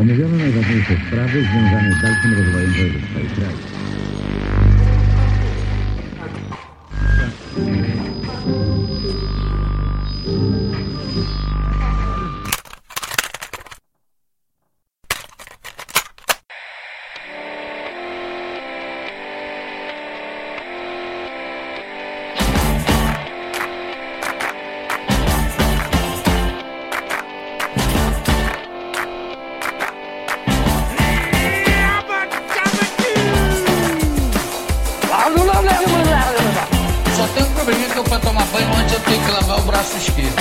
Omówiono najważniejsze sprawy związane z dalszym rozwojem województwa i kraju. Só tem um probleminha que eu pra tomar banho antes eu tenho que lavar o braço esquerdo.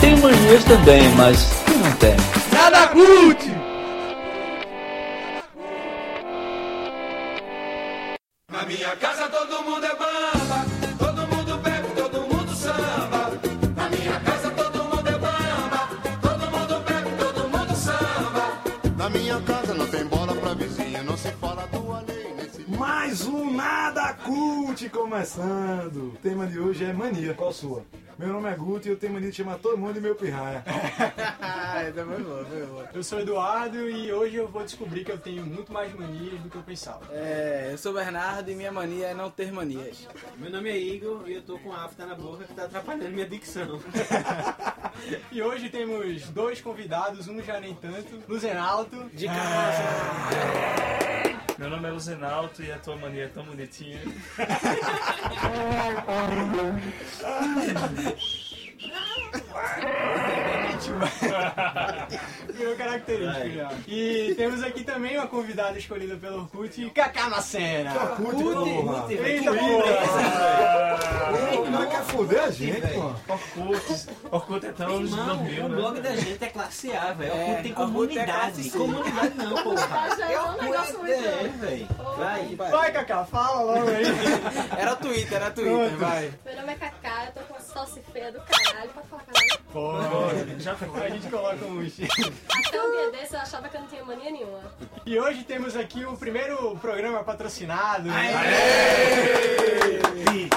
Tem manias também, mas quem não tem? Na minha casa todo mundo é bamba, todo mundo bebe, todo mundo samba. Na minha casa todo mundo é bamba, todo mundo bebe, todo mundo samba. Na minha casa não tem bola pra vizinha, não se fala do além nesse. Mais um Nada Cult começando. O tema de hoje é mania. Qual sua? Meu nome é Guto e eu tenho mania de chamar todo mundo de meu pirraia. Eu sou Eduardo e hoje eu vou descobrir que eu tenho muito mais manias do que eu pensava. É, eu sou o Bernardo e minha mania é não ter manias. Meu nome é Igor e eu tô com a afta na boca que tá atrapalhando minha dicção. E hoje temos dois convidados, um já nem tanto, Luzenalto. Ah. De Meu nome é Luzenalto e a tua mania é tão bonitinha. Virou característico já. E temos aqui também uma convidada escolhida pelo Orkut, Kaká Macena. Cult, porra. Eita porra! né? Como é que é foder a gente, pô? Orkut, Orkut é tão anos Irmão, 2000, o né? blog da gente é classe A, velho. É, É, tem Orkut é comunidade. classe C. comunidade não, porra. Já é um negócio Orkut muito é, doido. velho. Vai. Vai, Kaká, fala logo aí. Era Twitter, era Twitter, Pronto. vai. Meu nome é Cacá, eu tô com uma salsifeia do caralho pra falar. caralho. Pô, Já foi. A gente coloca um X. Até um dia desse eu achava que eu não tinha mania nenhuma. E hoje temos aqui o primeiro programa patrocinado. né?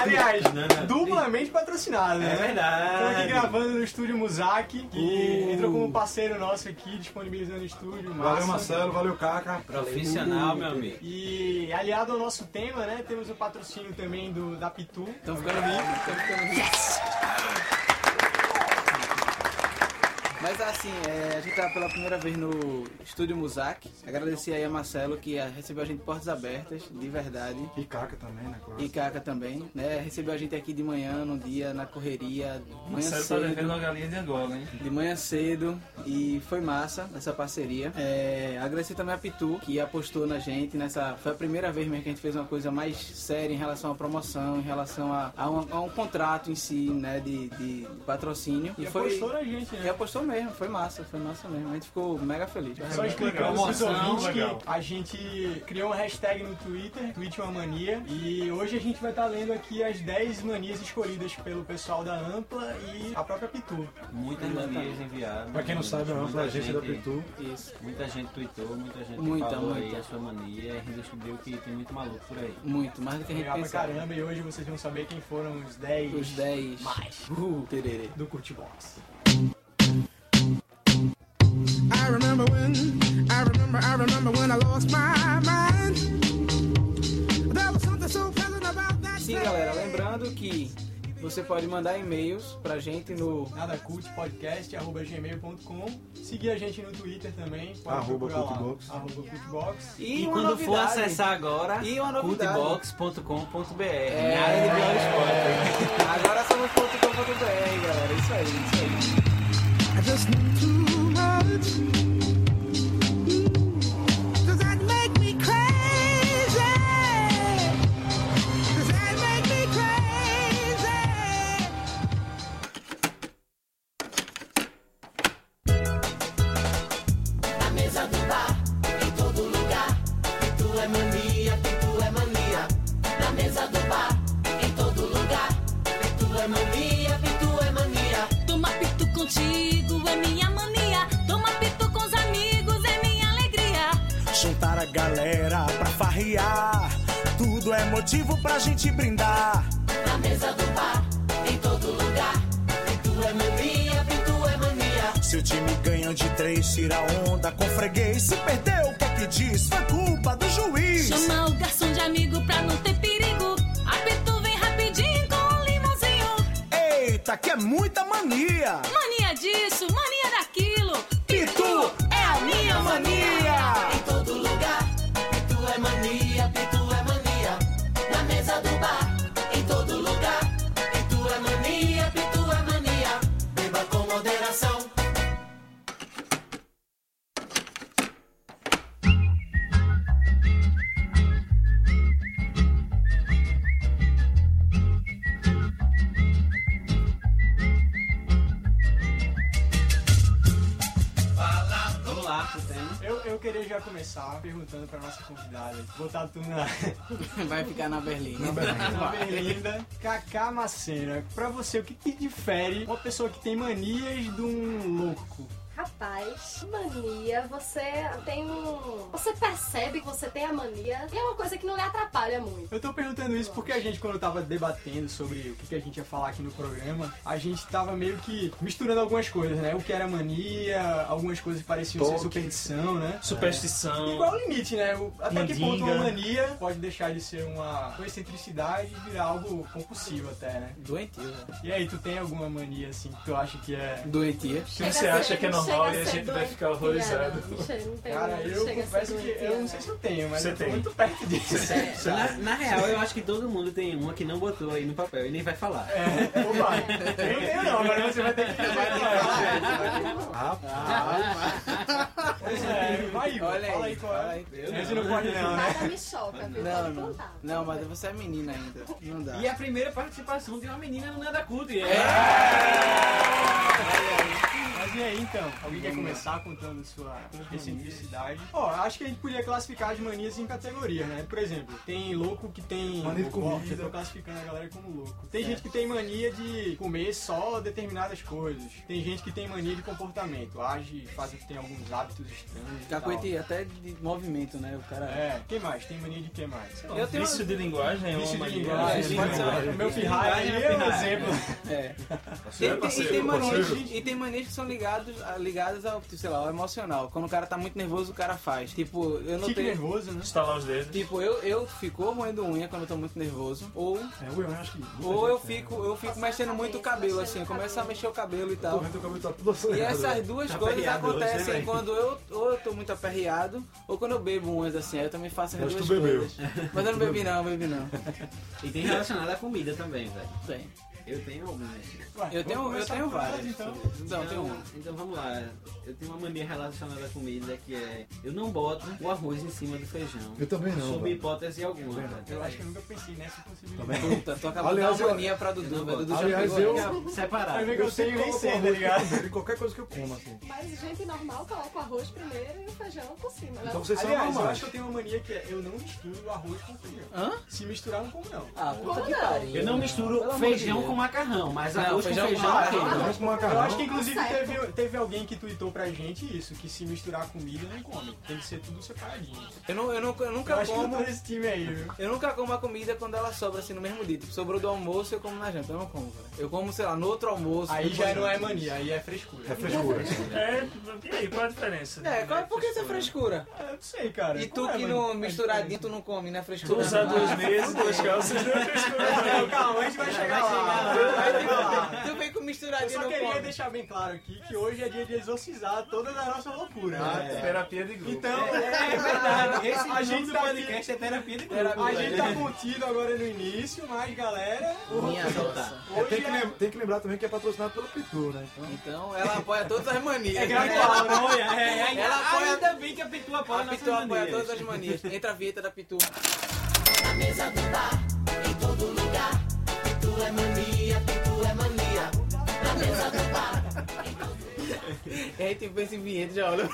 Aliás, duplamente patrocinado, né? É Estamos aqui verdade. gravando no estúdio Muzak, que entrou como parceiro nosso aqui, disponibilizando o estúdio. Valeu, massa. Marcelo, valeu, Caca. Profissional, meu amigo. E aliado ao nosso tema, né? Temos o patrocínio também do, da Pitu. Estão ficando vivos, estão ficando vivos. Mas assim, é, a gente tá pela primeira vez no Estúdio Muzak. Agradecer aí a Marcelo que a- recebeu a gente portas abertas, de verdade. E Caca também, né? claro. E Caca também, né? Recebeu a gente aqui de manhã, no dia, na correria, manhã Marcelo tá cedo. devendo uma galinha de Angola, hein? de manhã cedo e foi massa essa parceria. É, agradecer também a Pitu que apostou na gente nessa. Foi a primeira vez mesmo que a gente fez uma coisa mais séria em relação à promoção, em relação a, a um, a um contrato em si, né, de, de patrocínio. E, E foi. apostou na gente, E né? apostou mesmo, foi massa, foi massa mesmo. A gente ficou mega feliz. Só explicando pros Promoção, ouvintes É, legal. que a gente criou uma hashtag no Twitter, Tweet uma mania, e hoje a gente vai estar lendo aqui as 10 manias escolhidas pelo pessoal da Ampla e a própria Pitu. Muitas manias enviadas. né? Pra quem não sabe, é uma muita agência da gente- Pitu. Isso. Muita gente tweetou, muita gente Muita, falou aí muita. a sua mania e a gente descobriu que tem muito maluco por aí. Muito, mais do que a gente Legal pra pensava. caramba, e hoje vocês vão saber quem foram os 10 Os 10. mais Uh, tererê. do Curtbox. I remember when, I remember, I remember when I lost my mind. There was something so pleasant about that. Sim, galera, lembrando que você pode mandar e-mails pra gente no nadacultpodcast.gmail.com Seguir a gente no Twitter também. Pode Arroba procurar lá, Cultbox. Arroba Cultbox. E, uma quando for novidade. acessar agora, E uma novidade. cultbox.com.br. É. Nada de blog spot. Agora somos .com.br, galera. Isso aí, isso aí. I just knew too much. Does that make me crazy? Does that make me crazy? Tomar pitu contigo é minha mania. é Bora galera pra farrear, tudo é motivo pra gente brindar. Na mesa do bar, em todo lugar. Pitu é mania, pitu é mania. Se o time ganha de três, tira onda com freguês. Se perdeu, o que é que diz? Foi culpa do juiz. Chama o garçom de amigo pra não ter perigo. Apito vem rapidinho com um limãozinho. Eita, que é muita mania. Mania disso, mania daquilo. Pitu é a minha mania. Em todo lugar, pitu é mania, pitu é mania. Na mesa do bar, em todo lugar. Pitu é mania, pitu é mania. Beba com moderação. Vamos lá pro tema. Eu, eu queria já começar perguntando pra nossa convidada, botar tudo na. Vai ficar na né? Berlinda. Na Berlinda. Na Berlinda. Cacá Macena, pra você, o que, que difere uma pessoa que tem manias de um louco? Rapaz, mania, você tem um. Você percebe que você tem a mania e é uma coisa que não lhe atrapalha muito. Eu tô perguntando isso porque a gente, quando tava debatendo sobre o que, que a gente ia falar aqui no programa, a gente tava meio que misturando algumas coisas, né? O que era mania, algumas coisas pareciam ser Toque. superstição, né? Superstição. É. Igual o limite, né? O- Até que ponto uma Mandinga. mania pode deixar de ser uma uma excentricidade e virar algo compulsivo até, né? Doentio, né? E aí, tu tem alguma mania assim que tu acha que é. Doentia. Que você acha que é normal e a gente vai ficar horrorizado. Cara, eu confesso que eu não sei se eu tenho, mas Você eu tô tem. Né? muito perto disso. Tá? Na, na real, eu acho que todo mundo tem uma que não botou aí no papel e nem vai falar. É. Opa, eu não tenho não, agora você vai ter que É, vai, Igor, Olha fala aí, aí qual é. fala aí. Esse não pode não, né? Nada me choca, viu? Não, Pode não. contar. Não, mas você é menina ainda. Não dá. E a primeira participação de uma menina no Nada Culto. e é- Mas e aí então? Alguém quer começar contando sua excentricidade? Ó, acho que a gente podia classificar as manias em categorias, né? Por exemplo, tem louco que tem. Mania de Ó, comida. Eu tô classificando a galera como louco. Tem gente que tem mania de comer só determinadas coisas. Tem gente que tem mania de comportamento. Age, faz, tem alguns hábitos estranhos. e tal. Cacoete até de movimento, né? O cara. É, quem mais? Tem mania de que mais? Eu tenho Vício de linguagem é uma Vício de mania. linguagem. Vício de Pode ser. linguagem. Meu pirraia aí é um exemplo. É. Parceiro, Tem, tem- parceiro, e, tem manias, parceiro. e tem manias que são ligados, a- ligadas ao, sei lá, ao emocional. Quando o cara tá muito nervoso, o cara faz. Tipo, eu não Fique tenho. nervoso, né? Estalar os dedos. Tipo, eu, eu fico ou moendo unha quando eu tô muito nervoso, ou, É, eu acho que. muita ou eu gente tem, fico, né? eu fico mexendo muito o cabelo, assim, eu começo a mexer o cabelo e Tô tal. vendo que o cabelo tá tudo acelerado. E essas duas coisas aperreado hoje, acontecem né, velho? quando eu ou eu tô muito aperreado ou quando eu bebo umas assim, aí eu também faço as Mas tu duas bebeu. coisas. Mas eu não bebi não, eu bebi não. E tem relacionado à comida também, velho. Tem. Eu tenho algumas. Ué, Eu vamos tenho, eu começar tenho por elas, várias. então. Não, tem uma. então vamos lá. Eu tenho uma mania relacionada à comida que é eu não boto o arroz em cima do feijão. Eu também não, Sob velho. É hipótese alguma. Eu acho que eu nunca pensei nessa possibilidade. Puta, tu acabou de dar Aliás, uma eu- mania pra Dudu, velho. Dudu já Aliás, pegou eu- essa. Separado. Vai ver que eu sei nem sei, tá ligado? De qualquer coisa que eu como, assim. Mas gente normal coloca o arroz primeiro e o feijão por cima. né? Então vocês são Aliás, eu normais. acho que eu tenho uma mania que é eu não misturo arroz com feijão. Hã? Se misturar, não como não. Ah, puta Como que pariu. não? Eu não Pelo amor misturo de feijão Deus. com macarrão, mas Não, arroz com feijão com feijão é né? macarrão. arroz. Arroz com Eu macarrão. acho que inclusive certo. teve, teve alguém que tweetou pra gente isso, que se misturar comida não come. Tem que ser tudo separadinho. Eu, não, eu, nunca- eu Eu nunca acho que eu como. tô nesse time aí, viu? Eu nunca como a comida quando ela sobra assim no mesmo dia. Tipo, sobrou do almoço, eu como na janta. Eu não como, velho. Eu como, sei lá, no outro almoço. Aí já depois não é janta. mania, aí é frescura. É frescura. É, e aí, qual a diferença? É, qual, por que essa frescura? Ah, eu não sei, cara. E tu Como é, que mano? não misturadinho, tu não come, né? Tu Frescura. usar duas mesas, duas calças, não é frescura. Não, calma, a gente vai chegar lá. Vai chegar lá. Tu vem com Eu misturadinho só no queria come. deixar bem claro aqui que hoje é dia de exorcizar toda a nossa loucura. Ah, né? Terapia de grupo. Então, é, verdade. Esse A gente tá tá aqui- podcast é terapia de Terapia. grupo. A gente tá contido agora no início, mas galera, Minha nossa. tá. É, hoje tem, que é, lem- tem que lembrar também que é patrocinado pelo Pitu, né? Então, Então ela apoia todas as manias. é gradual, não é? É, ainda, Ela apoia- ainda bem que a Pitu apoia A nossas Pitu apoia manias. todas as manias. Entra a vinheta da Pitu. Na mesa do bar, em todo lugar. Pitu é mania, pitu é mania. Na mesa do bar, É, tipo, A gente pensa em vinheta e já olha.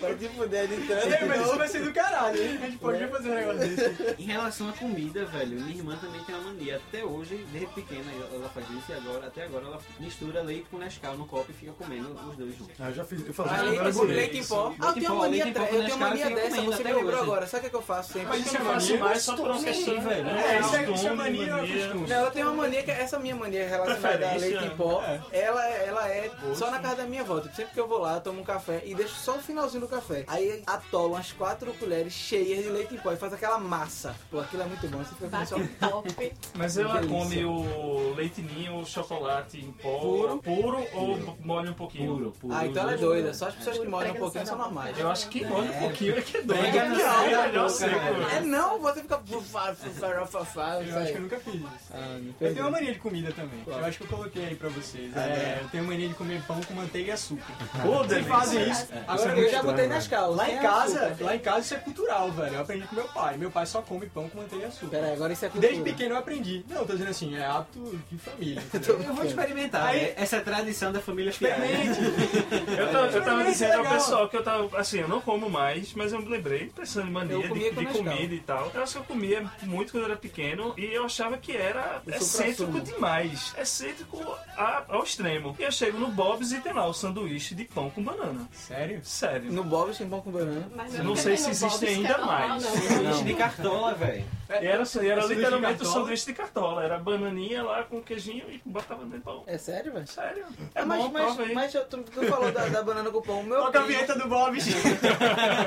Vai te fuder de tanto. Ei, mas isso vai ser do caralho, hein? A gente podia fazer um negócio desse. Em relação à comida, velho, minha irmã também tem uma mania. Até hoje, desde pequena, ela faz isso e agora, até agora, ela mistura leite com Nescau no copo e fica comendo os dois juntos. Ah, eu já fiz. Eu Ah, leite, assim, leite, em pó. Ah, eu tenho uma mania, dessa, eu tenho uma mania dessa, você me lembrou agora. Sabe o que, é que eu faço sempre? Mas isso é mania, mas só por uma questão, velho. É, isso é- isso é mania, Não, ela tem uma mania que é essa minha mania relacionada a Preferência, leite em pó, né? ela, ela é só na casa da minha avó. Tipo, sempre que eu vou lá, eu tomo um café e deixo só o finalzinho do café. Aí atolo umas quatro colheres cheias de leite em pó e faz aquela massa. Pô, aquilo é muito bom, você fica com só... top. Mas ela come o leite ninho, o chocolate em pó, Puro. puro, ou molha um pouquinho? Puro, puro. Ah, então ela é doida. Só as pessoas que moram um pouquinho são normais. Eu acho que molha um pouquinho é que é doida. Pega no Não, céu da é melhor boca, ser, velho. pô. É não, você fica fufá, fufá, fufá, Eu acho que eu nunca fiz isso. Ah, eu perdi. tenho uma mania de comida também. Eu acho que eu coloquei aí pra vocês. Ah, É, é. eu tenho mania de comer pão com manteiga e açúcar. Ô, Vocês delícia. fazem isso? É. Agora Eu já botei nas calças. né? Lá em Sem casa, É açúcar. lá em casa isso é cultural, velho. Eu aprendi com meu pai. Meu pai só come pão com manteiga e açúcar. Peraí, agora isso é cultura. Desde pequeno eu aprendi. Não, tô dizendo assim, é hábito de família. Eu vou experimentar. Aí- Essa é a tradição da família Fiara. Eu, tava- eu tava Experimente, dizendo ao É, legal. pessoal que eu tava, assim, eu não como mais, mas eu me lembrei, pensando em Eu mania comia de, com de Nescau. comida e tal. Eu acho que eu comia muito quando eu era pequeno e eu achava que era Eu sou excêntrico pra sumo. demais. Excêntrico a- ao extremo. E eu chego no Bob's e tem lá o sanduíche de pão com banana. Sério? Sério. No Bob's tem pão com banana? eu não sei se existe é ainda mais. Sanduíche de cartola, velho. E É, era, e era Sanduíche de literalmente o cartola? sanduíche de cartola. Era bananinha lá com queijinho e botava dentro do pão. É sério, velho? Sério. É, É mas, bom, mas, prova aí. mas eu- tu, tu falou da, da banana com pão. Meu Toca a primo- vinheta do Bob.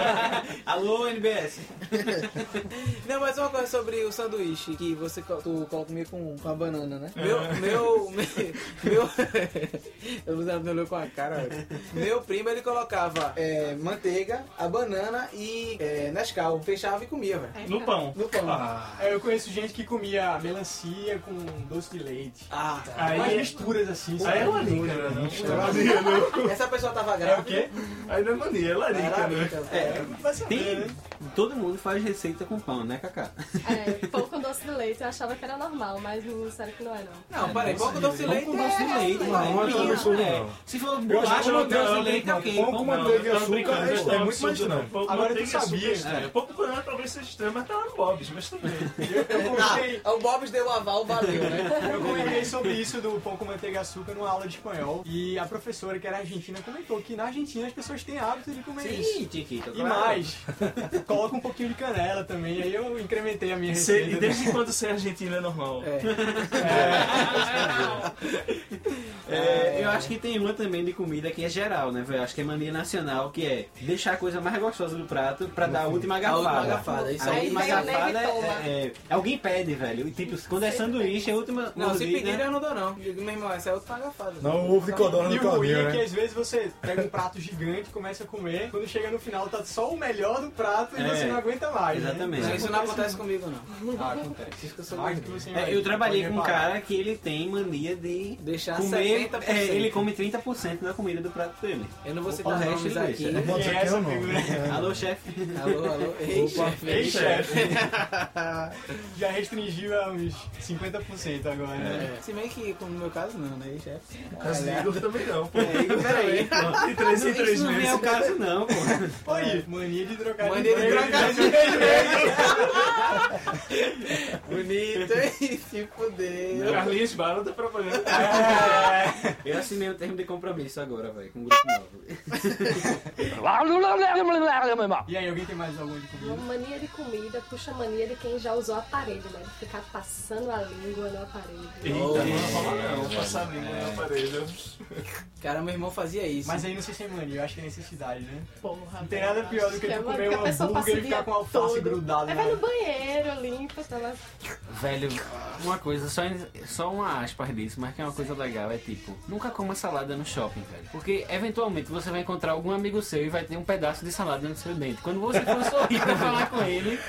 Alô, NBS. Não, mas uma coisa sobre o sanduíche que você co- tu coloca meio com, com a banana, né? É. Meu, meu, meu, meu eu não me olhou com a cara. velho. Meu primo ele colocava é, manteiga, a banana e é, Nescau, fechava e comia, velho. No pão. No pão. Ah. É, Eu conheço gente que comia melancia com doce de leite. Ah, tá. Aí Umas misturas assim, Aí é larica, né? É larica, não. Essa pessoa tava É o grávida. quê? Aí não é mania, é larica, né? É, tem, todo mundo faz receita com pão, né, Cacá? É, pão com doce de leite eu achava que era normal, mas me disseram que não é não. Não, peraí, pão com doce de leite. Pão com doce de é- leite, não, velho. não é Pão, travessura, é. não. Se for Eu bolacha com acho que não, doce não, de leite, não, ok. pão com manteiga e Não, açúcar brincando, é- isso é muito mais absurdo, não. Pão com Agora tu manteiga e açúcar sabia, é estranho. é. Pão com banana talvez seja estranho, mas tá lá no Bob's, mas também. Ah, o Bob's deu o aval, valeu, né? Eu comentei sobre isso do pão com manteiga e açúcar numa aula de espanhol. E a professora, que era argentina, comentou que na Argentina as pessoas têm hábito de é comer Sim, isso. Tiquito, e claro. mais, coloca um pouquinho de canela também. Aí eu incrementei a minha Ser- né? receita. e desde quando ser argentino é normal? É, eu acho que tem uma também de comida que é geral, né, velho? Acho que é mania nacional, que é deixar a coisa mais gostosa do prato pra dar a última A última garfada. garfada, isso a aí. última Aí pega, garfada leva e toma. é, é- Alguém pede, velho. E, tipo, quando é sanduíche, é a última. Não, se mordida. pedirem eu não dou não. Digo, meu irmão, essa é outra pagafada. E o ruim é que às vezes você pega um prato gigante, começa a comer, quando chega no final tá só o melhor do prato e É, você não aguenta mais. exatamente. Né? Isso não acontece comigo, não. Ah, acontece. Isso que eu sou Mais doido. É, eu trabalhei com um cara que ele tem mania de Deixar comer. 70%. é, ele come 30% da comida do prato dele. Eu não vou O citar resto nomes ele aqui. deixa. Não pode ser É quem essa ou não. figura. Alô, chefe. Alô, alô, ei, chefe. Ei, chefe. é é Já restringiu a uns 50% agora. né? É. Se bem que, como no meu caso, não, né, chefe? caso do Igor também não, pô. Peraí. De três em três Isso não meses. é o caso, não, pô. Olha, mania de trocar Mania de emprego. trocar de Bonito, hein? Se fudeu. Carlinhos Barra tá propagando. Eu assinei o termo de compromisso agora, velho, com o grupo novo. E aí, alguém tem mais algum de comida? Uma mania de comida puxa a mania de quem já usou aparelho, né? De ficar passando a língua no aparelho. Eita, não fala não, vou passar a língua no aparelho. Cara, meu irmão fazia isso. Mas aí não sei se é mania, eu acho que é necessidade, né? Porra, Não tem nada pior do que Acho tu é uma- comer que a um pessoa hambúrguer e passa o ficar dia com alface todo. grudado Aí vai na no banheiro, limpa, tá lá. Velho, uma coisa, só, só uma aspas disso, mas que é uma coisa legal, é tipo, nunca coma salada no shopping, velho. Porque eventualmente você vai encontrar algum amigo seu e vai ter um pedaço de salada no seu dente. Quando você for sorrir pra falar com ele,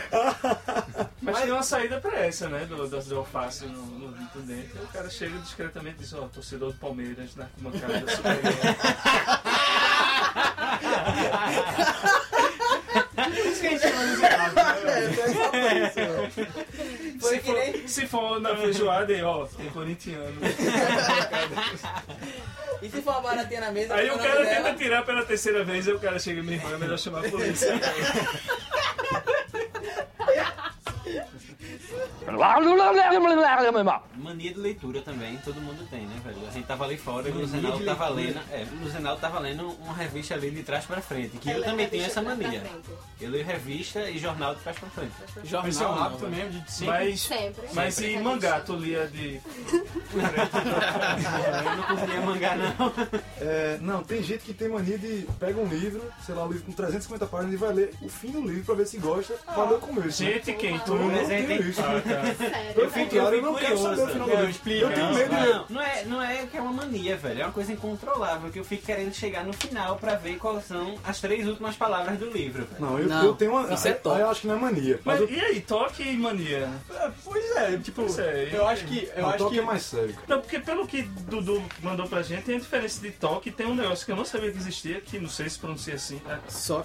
Mas tem uma saída pra essa, né? Do, do, do alface no, no dito dentro. O cara chega discretamente e diz, ó, torcedor do Palmeiras na arquibancada superior. Foi se, que nem- for, se for na feijoada, aí, ó, tem corintiano. E se for uma baratinha na mesa, Aí qual o é cara né? nome dela? tenta tirar pela terceira vez, aí o cara chega e me irmã, é melhor chamar a polícia. Mania de leitura também, todo mundo tem, né, velho? A gente tava ali fora e o Mania Luzenal de tava lendo. leitura. É, o Luzenal tava lendo uma revista ali de trás pra frente, que Ela eu é também revista tenho essa de trás pra mania. frente. Eu leio revista e jornal de trás pra frente. Jornal, Esse é um hábito não, velho. mesmo de sempre? Mas, Sempre. mas Sempre. e mangá, tu lia de. Eu não conseguia mangá, não. É, não, tem gente que tem mania de pega um livro, sei lá, um livro com 350 páginas e vai ler o fim do livro pra ver se gosta, pra ler o começo. né? Gente, quem? Tu Eu não Mas é- aí tem- tenho isso. Ah, tá. Eu fico, eu não quero curioso. saber o final do Não, livro. explica. Eu tenho Não, medo de ler. não, não é, não é que é uma mania, velho. É uma coisa incontrolável que eu fico querendo chegar no final pra ver quais são as três últimas palavras do livro. velho. Não, eu, eu tenho uma. Isso é aí eu acho que não é mania. Mas Mas, eu- e aí, toque e mania? Pois é, tipo, eu acho que- eu Não, acho toque que- é mais sério, Não, porque pelo que Dudu mandou pra gente, tem a diferença de toque, tem um negócio que eu não sabia que existia, que não sei se pronuncia assim. É,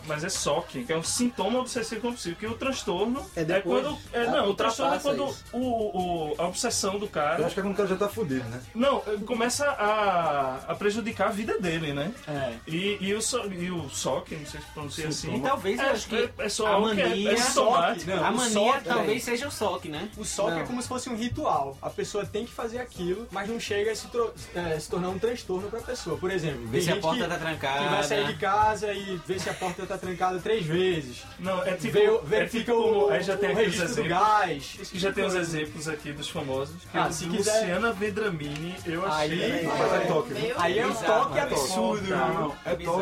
Mas é soque, que é um sintoma obsessivo compulsivo, que o transtorno É depois. quando. é, Ah, não, o transtorno é ultrapassa quando isso. o, o- a obsessão do cara. eu acho que é quando o cara já tá fudido, né? Não, eh, começa a, a prejudicar a vida dele, né? É. E, e o, so, e o soque, não sei se pronuncia assim. E talvez é, Então, eu acho que é, é só a algo que é- mania, é somático. a mania né? talvez seja o soque, né? O soque Não. é como se fosse um ritual. A pessoa tem que fazer aquilo, mas não chega a se, tro- eh, se tornar um transtorno pra pessoa. Por exemplo, Ver tem se a gente porta que, tá trancada. Que vai sair de casa e ver se a porta tá trancada três vezes. Não, é tipo. Ver- é verifica tipo o, aí já tem o aqui os registro do exemplos. gás. Acho que já tem os exemplos aqui dos famosos. Que é Ah, o se do quiser- Luciana Vedramini, eu achei. Aí- Mas é Meu Aí é um bizarro, toque né? absurdo, Não, viu? não, É bizarro.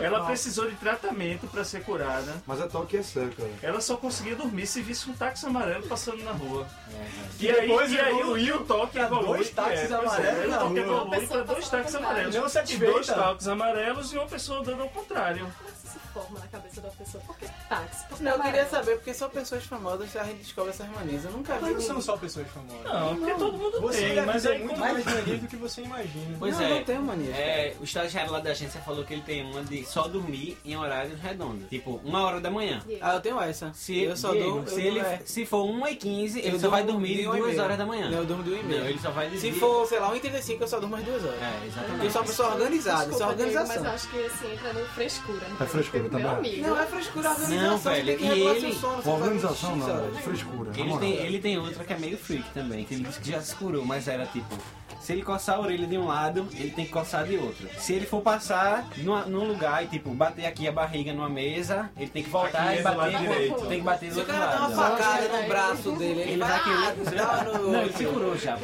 Ela precisou de tratamento pra ser curada. Mas é toque é sério, cara. Ela só conseguia dormir se visse um táxi amarelo passando na rua. é. E aí, Depois e aí evoluiu o toque pra evolui, dois que táxis é, pois amarelos é, na o toque rua. evolui Uma pessoa pra dois passando táxis ao contrário. amarelos. Não e satisfeita. dois táxis amarelos e uma pessoa dando ao contrário. é se forma na cabeça da pessoa. Por que táxi? Por que Não, eu queria amarelo? saber, porque só pessoas famosas a gente descobre essas manias. Eu nunca vi. um- Mas não são só pessoas famosas. Não, porque todo mundo você tem, deve mas ter aí muito como- mais manias do que é você imagina. Pois Não, é. eu não tenho mania. É, o estagiário lá da agência falou que ele tem uma de só dormir em horários redondos. Tipo, uma hora da manhã. Ah, eu tenho essa. Se, eu só Diego, durmo. se, eu ele, durmo- é. se for 1 e 15 ele Eu só vai durmo dormir de uma e 2 meia. horas da manhã. Não, eu durmo de 1 e meia. Não, ele só vai Se dormir- for, sei lá, 1h35, eu só durmo as duas horas. É, exatamente. Eu sou uma pessoa organizada, isso é Desculpa, Diego, organização. mas eu acho que assim entra no frescura. né? É frescura Meu também. amigo. né, Não, é frescura, Não, velho, e ele... Organização não, é frescura. na né? Ele moral. tem, ele tem outra que é meio freak também, que ele disse que já se curou, mas era tipo... Se ele coçar a orelha de um lado, ele tem que coçar de outro. Se ele for passar numa- num lugar e, tipo, bater aqui a barriga numa mesa, ele tem que voltar Aqui é e do lado bater... direito. Tem que bater do Se o outro cara dá lado. uma facada no braço dele, ele Ele vai vai querer- dar no... Não, ele se curou já.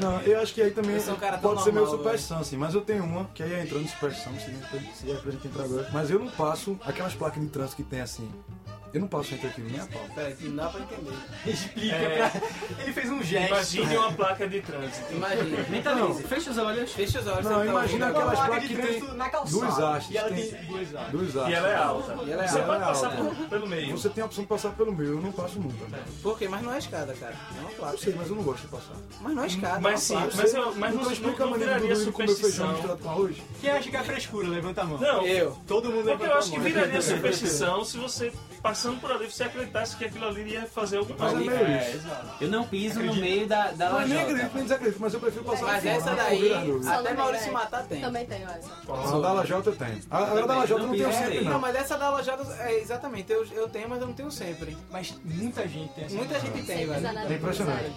Não, eu acho que aí também Eu é sou um cara tão pode ser meio normal, superstição, né? assim, mas eu tenho uma, que aí é entrando em superstição, se nem- se é pra gente entrar agora. Mas eu não passo aquelas placas de trânsito que tem assim. Eu não passo entre aquilo, nem a pau. Peraí, não dá pra entender. Explica É. pra... Ele fez um gesto. Imagine uma placa de trânsito. Imagina. Mentalize. Fecha os olhos. Fecha os olhos. então, Não, imagina aquelas placas que tem trânsito na calçada. duas hastes. E ela tem tem duas hastes. Duas hastes. E ela é alta. E ela é Você alta. pode Ela é passar alta. por- pelo assim. meio. Você tem a opção de passar pelo meio, eu não passo nunca. Por quê? Mas não é escada, cara. Não é placa. Eu sei, mas eu não gosto de passar. Mas não é escada. Mas sim, mas, eu, mas Então não, explica não, a não maneira viraria do Dudu comer feijão superstição. misturado com arroz. Quem acha que é frescura? Levanta a mão. Não. Eu. Todo mundo Porque levanta eu acho a que mão. né? É, viraria superstição se você, passando por ali, você acreditasse que aquilo ali ia fazer alguma coisa. Ali, é, Eu não piso no meio da, da Não, eu nem lajota. acredito, nem desacredito, mas eu prefiro passar Mas por cima, essa não daí, ouvir as dúvidas. até Maurício Matar tem. Também tenho essa. A da Lajota eu tenho. A, a da Lajota eu tá não tenho sempre, Não, não. mas essa da Lajota, é, exatamente, eu, eu tenho, mas eu não tenho sempre. Mas muita gente tem essa Muita parada. gente tem, velho. É impressionante.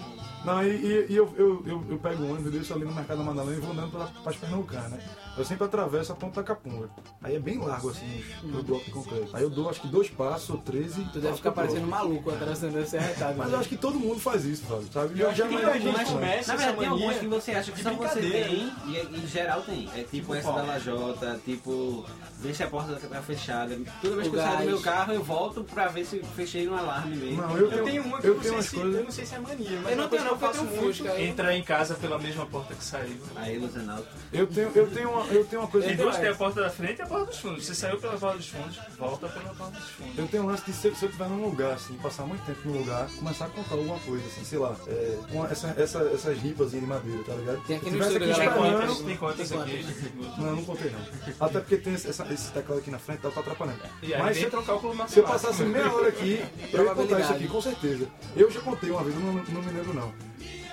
Não, e, e- e eu, eu, eu, eu pego o ônibus, deixo ali no Mercado da Madalena e vou andando pra, pras Pernambucanas, né? Eu sempre atravesso a ponta da Capunga. Aí é bem largo, assim, o bloco de concreto. Aí eu dou, acho que dois passos ou treze. Tu deve ficar parecendo maluco atravessando esse arretado. Mas eu acho que todo mundo faz isso, Fábio, sabe? é Eu acho que muita gente mais né? começa Na verdade, tem algumas que você acha que de só você brincadeira. tem e em geral tem. É tipo, essa qual? da lajota, tipo, deixa a porta da tá fechada. Toda vez O que eu saio do gás. meu carro, eu volto pra ver se fechei um alarme mesmo. Não, eu tenho- um Tem uma que Eu eu, tenho não sei umas se, coisas- eu não sei se é mania, mas Eu não uma coisa tenho, que eu não, porque faço eu tenho muito. Fusca, eu- Entrar em casa pela mesma porta que saiu. Aí, Luzenalto. Eu tenho, eu tenho, uma, eu tenho uma coisa... Tem duas, tem a porta da frente e a porta dos fundos. Você saiu pela porta dos fundos, volta pela porta dos fundos. Eu tenho um lance de se, se eu estiver num lugar, assim, passar muito tempo num lugar, começar a contar alguma coisa, assim, sei lá, é, com essa, essa, essas ripas de madeira, tá ligado? Tem aqui Se no tivesse estúdio, Tem galera, quantas? esperando- Tem quantas Tem aqui? Não, não contei não. Até porque tem esse, essa- esse teclado aqui na frente, tá, tá atrapalhando. E aí Mas se, entra o cálculo se eu matemático. passasse assim, meia hora aqui, eu ia contar isso aqui, com certeza. Eu já contei uma vez, eu não, não me lembro não.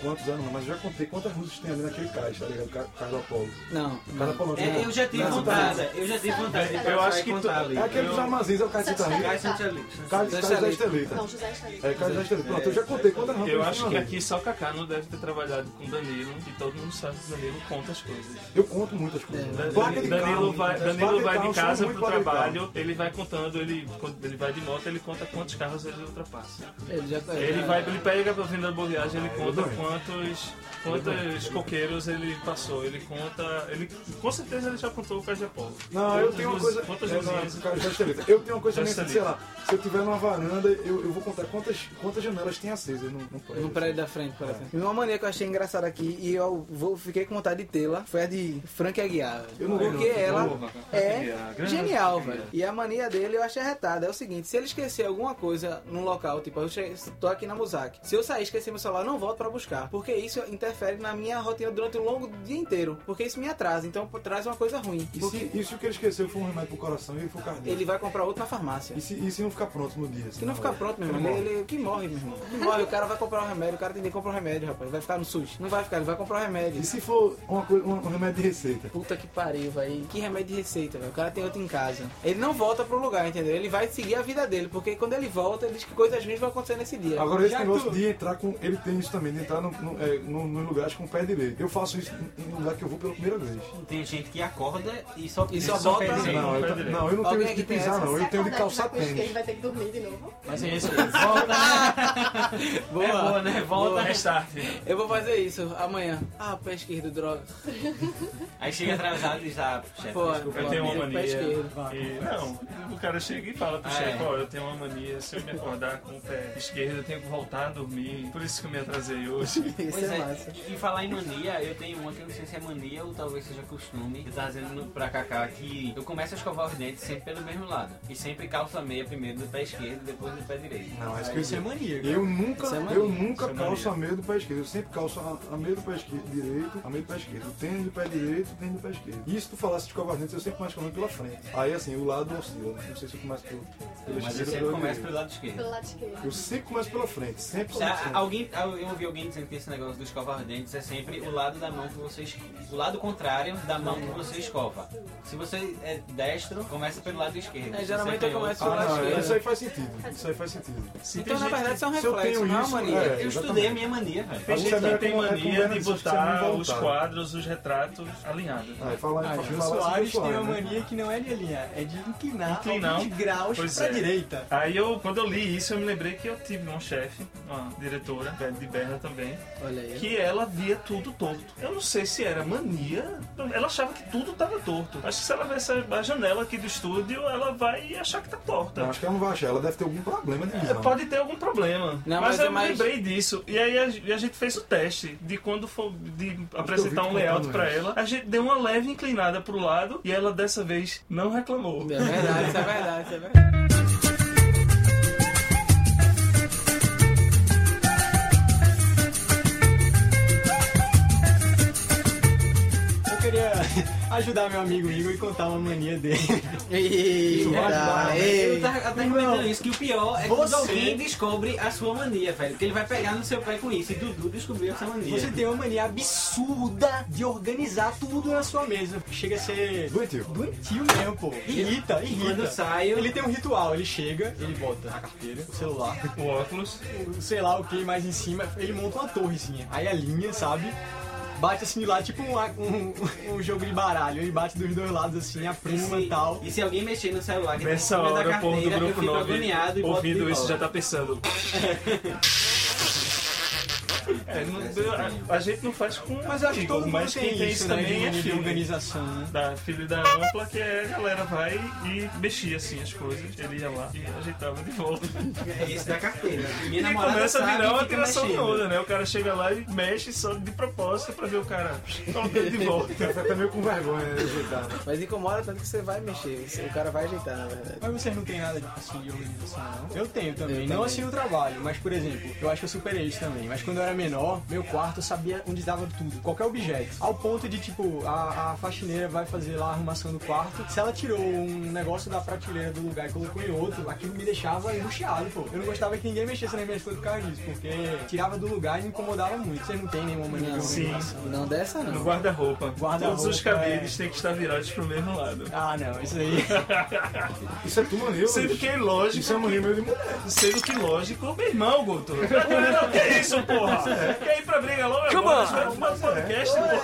quantos anos, mas eu já contei quantas músicas tem ali naquele caixa, tá ligado? Ca- Carlos Apolo. Não. Carlos Apolo. É, eu já tive vontade, eu já tive vontade. Eu acho que tu- é aquele dos armazéns, é o Cássio tá Estelita. Cássio Estelita. Cássio- Cássio José Estelita. Não, José Estelita. É, Cássio José Estelita. Pronto, eu já contei quantas músicas Eu tem acho que é ali. é. aqui só o Kaká não deve ter trabalhado com Danilo, e todo mundo sabe que o Danilo conta as coisas. Eu conto muitas coisas. Dan- Placa de Danilo carro, vai, placa de Danilo vai carro, de sou casa muito pro placa de trabalho, carro. ele vai contando, ele, quando ele vai de moto, ele conta quantos carros ele ultrapassa. Ele já tá- Ele já- vai, ele pega pra venda da boleagem, ele Ah, ele conta vai. quantos, Ele quantos vai. coqueiros ele passou, ele conta, ele com certeza ele já contou o Cajé Polo. Não, eu Quantas tenho uma luz- coisa. Quantas é, não, luzinhas- cara, já escrevi. Eu tenho uma coisa Já também que, escrevi. sei lá, se eu tiver numa varanda, eu, eu vou contar quantas, quantas janelas tem acesas no, no prédio. No prédio da frente, por É. exemplo. Uma mania que eu achei engraçada aqui e eu vou, fiquei com vontade de tê-la foi a de Frank Aguiar. Eu não porque lembro. ela Boa, cara. Frank Aguiar, é grande genial, Frank velho. E Aguiar. a mania dele eu achei retada. É o seguinte, se ele esquecer alguma coisa num local, tipo, eu che- tô aqui na Muzak. Se eu sair e esquecer meu celular, eu não volto pra buscar. Porque isso interfere na minha rotina durante o longo dia inteiro. Porque isso me atrasa. Então pô, traz uma coisa ruim. E Porque se isso que ele esqueceu foi um remédio pro coração e ele foi cardíaco. ele vai comprar outro na farmácia. E se, e se não ficar pronto no dia? Se não ficar pronto, meu irmão, ele, ele- que morre, meu irmão. Que morre, o cara vai comprar um remédio, o cara tem que comprar um remédio, rapaz. Vai ficar no SUS. Não vai ficar, ele vai comprar um remédio. E se for uma coisa, um, remédio de receita? Puta que pariu, velho. Que remédio de receita, velho. O cara tem outro em casa. Ele não volta pro lugar, entendeu? Ele vai seguir a vida dele, porque quando ele volta, ele diz que coisas ruins vão acontecer nesse dia. Agora, esse Já negócio tu- de entrar com. Ele tem isso também, de entrar no, no, é, no- nos lugares com o pé direito. Eu faço isso em um lugar que eu vou pela primeira vez. Tem gente que acorda e só E só bota- Não, eu- É. não, eu não tenho isso de pisar, não. Eu tenho de calçar tênis. Ele vai ter que dormir de novo. Mas é isso, volta, né? boa. É boa, né? Volta, restart. Eu vou fazer isso amanhã. Ah, pé esquerdo, droga. Aí chega atrasado e diz, ah, chefe, Pô, desculpa. Eu tenho uma É, Pé mania. esquerdo. que- não, o cara chega e fala pro Ah, chefe, é. ó, eu tenho uma mania, se eu me acordar com o pé esquerdo, eu tenho que voltar a dormir. Por isso que eu me atrasei hoje. Pois é, e, e falar em mania, eu tenho uma que eu não sei se é mania ou talvez seja costume. Eu tava dizendo no- pra Cacá que eu começo a escovar os dentes sempre pelo mesmo lado. E sempre calço a meia primeiro do pé esquerdo, depois do pé direito. Não, Aí acho que é eu digo. cara. Eu nunca, Isso é mania. eu nunca Isso é calço a mania. meia do pé esquerdo. Eu sempre calço a, a meia do pé esquerdo direito, a meia do pé esquerdo. Tênis do pé direito, tênis do pé esquerdo. E se tu falasse de escovar os dentes, eu sempre mais escovando pela frente. Aí assim, o lado oscila. Não sei se eu começo pelo, pelo Mas eu esquerdo sempre ou começo direito. pelo lado esquerdo. Pelo lado esquerdo. Eu sempre começo pela frente, sempre Se pela a- frente. alguém, eu ouvi alguém dizendo que esse negócio do escovar os dentes é sempre o lado da mão que você es- o lado contrário da mão que você escova. Se você é destro, começa pelo lado esquerdo. É, Se geralmente você é eu é. canhoto- começo pelo lado Ah, esquerdo. Isso aí faz sentido. Isso aí faz sentido. Então, na verdade, isso é um reflexo, não é uma mania. eu estudei a minha mania, velho. Tem gente que tem é mania de botar os quadros. quadros, os retratos alinhados. Ah, fala- Ah, fala- o fala- Soares fala- tem uma né? mania que não é de alinhar, é de inclinar, Inclinar. alguns graus Pois pra é. direita. Aí eu, quando eu li isso, eu me lembrei que eu tive uma chefe, uma diretora de Berna também, Olha aí. que ela via tudo torto. Eu não sei se era mania, ela achava que tudo tava torto. Acho que se ela ver essa a janela aqui do estúdio, ela vai achar que tá torta. É, Não, acho que ela não vai achar, um ela deve ter algum problema né? de visão. Pode ter algum problema. Não, mas, mas é eu me mais- lembrei disso. E aí a, e a gente fez o teste de quando for de É vi apresentar um contando layout pra isso. ela. A gente deu uma leve inclinada pro lado e ela dessa vez não reclamou. É verdade, isso é verdade, isso é verdade. Eu queria ajudar meu amigo Igor e contar uma mania dele. Eita, Isso vai ajudar, né? Eu tava até tá, comentando isso, que o pior é quando você- alguém descobre a sua mania, velho. Que ele vai pegar no seu pé com isso. E Dudu descobriu essa mania. Você tem uma mania absurda de organizar tudo na sua mesa. Chega a ser. Doentio. Doentio mesmo, pô. Irrita, irrita. Quando eu saio- Ele tem um ritual. Ele chega, ele bota a carteira, o celular, o óculos, o sei lá o que mais em cima. Ele monta uma torrezinha. Aí a linha, sabe? Bate assim lá, tipo um, um- um jogo de baralho. Ele bate dos dois lados assim, aprima e tal. E se alguém mexer no celular que um Nessa tá em cima da hora o povo do carteira, eu grupo fico 9 agoniado e boto de ouvindo isso volta. já tá pensando. É, não- a, a gente não faz com Mas eu acho que todo amigo, mundo mas quem tem tem isso, isso né, de também é mania de filho. organização, né? Da filho da ampla, que é a galera vai e mexia assim as coisas. Ele ia lá e ajeitava de volta. É esse da carteira. Minha e namorada começa a sabe virar e uma fica tiração de mexendo. onda, né? O cara chega lá e mexe só de propósito pra ver o cara colocando de volta. Tá meio com vergonha, né? ajeitar, né? Mas incomoda tanto que você vai mexer. O cara vai ajeitar, na verdade. Mas vocês não têm nada de- assim, de organização, não? Eu tenho também. Eu não também. assim no trabalho, mas por exemplo, eu acho que eu superei isso também. Mas quando eu era menor, menor, meu quarto, eu sabia onde dava tudo, qualquer objeto. Ao ponto de, tipo, a, a faxineira vai fazer lá a arrumação do quarto. Se ela tirou um negócio da prateleira do lugar e colocou em outro, aquilo me deixava angustiado, pô. Eu não gostava que ninguém mexesse nas minhas coisas por causa disso, porque tirava do lugar e me incomodava muito. Vocês não têm nenhuma mania de Não, organização? sim. Não dessa, não. No guarda-roupa. Guarda-roupa, Todos os é. cabelos têm que estar virados pro mesmo lado. Ah, não, isso aí. isso é tua mania, Sendo que é lógico. Isso é mania meu de mulher. Sendo que lógico, meu irmão, Guto. Não, que é isso, porra? Quer ir pra briga logo? Come agora? on. Vai fumar um podcast, porra.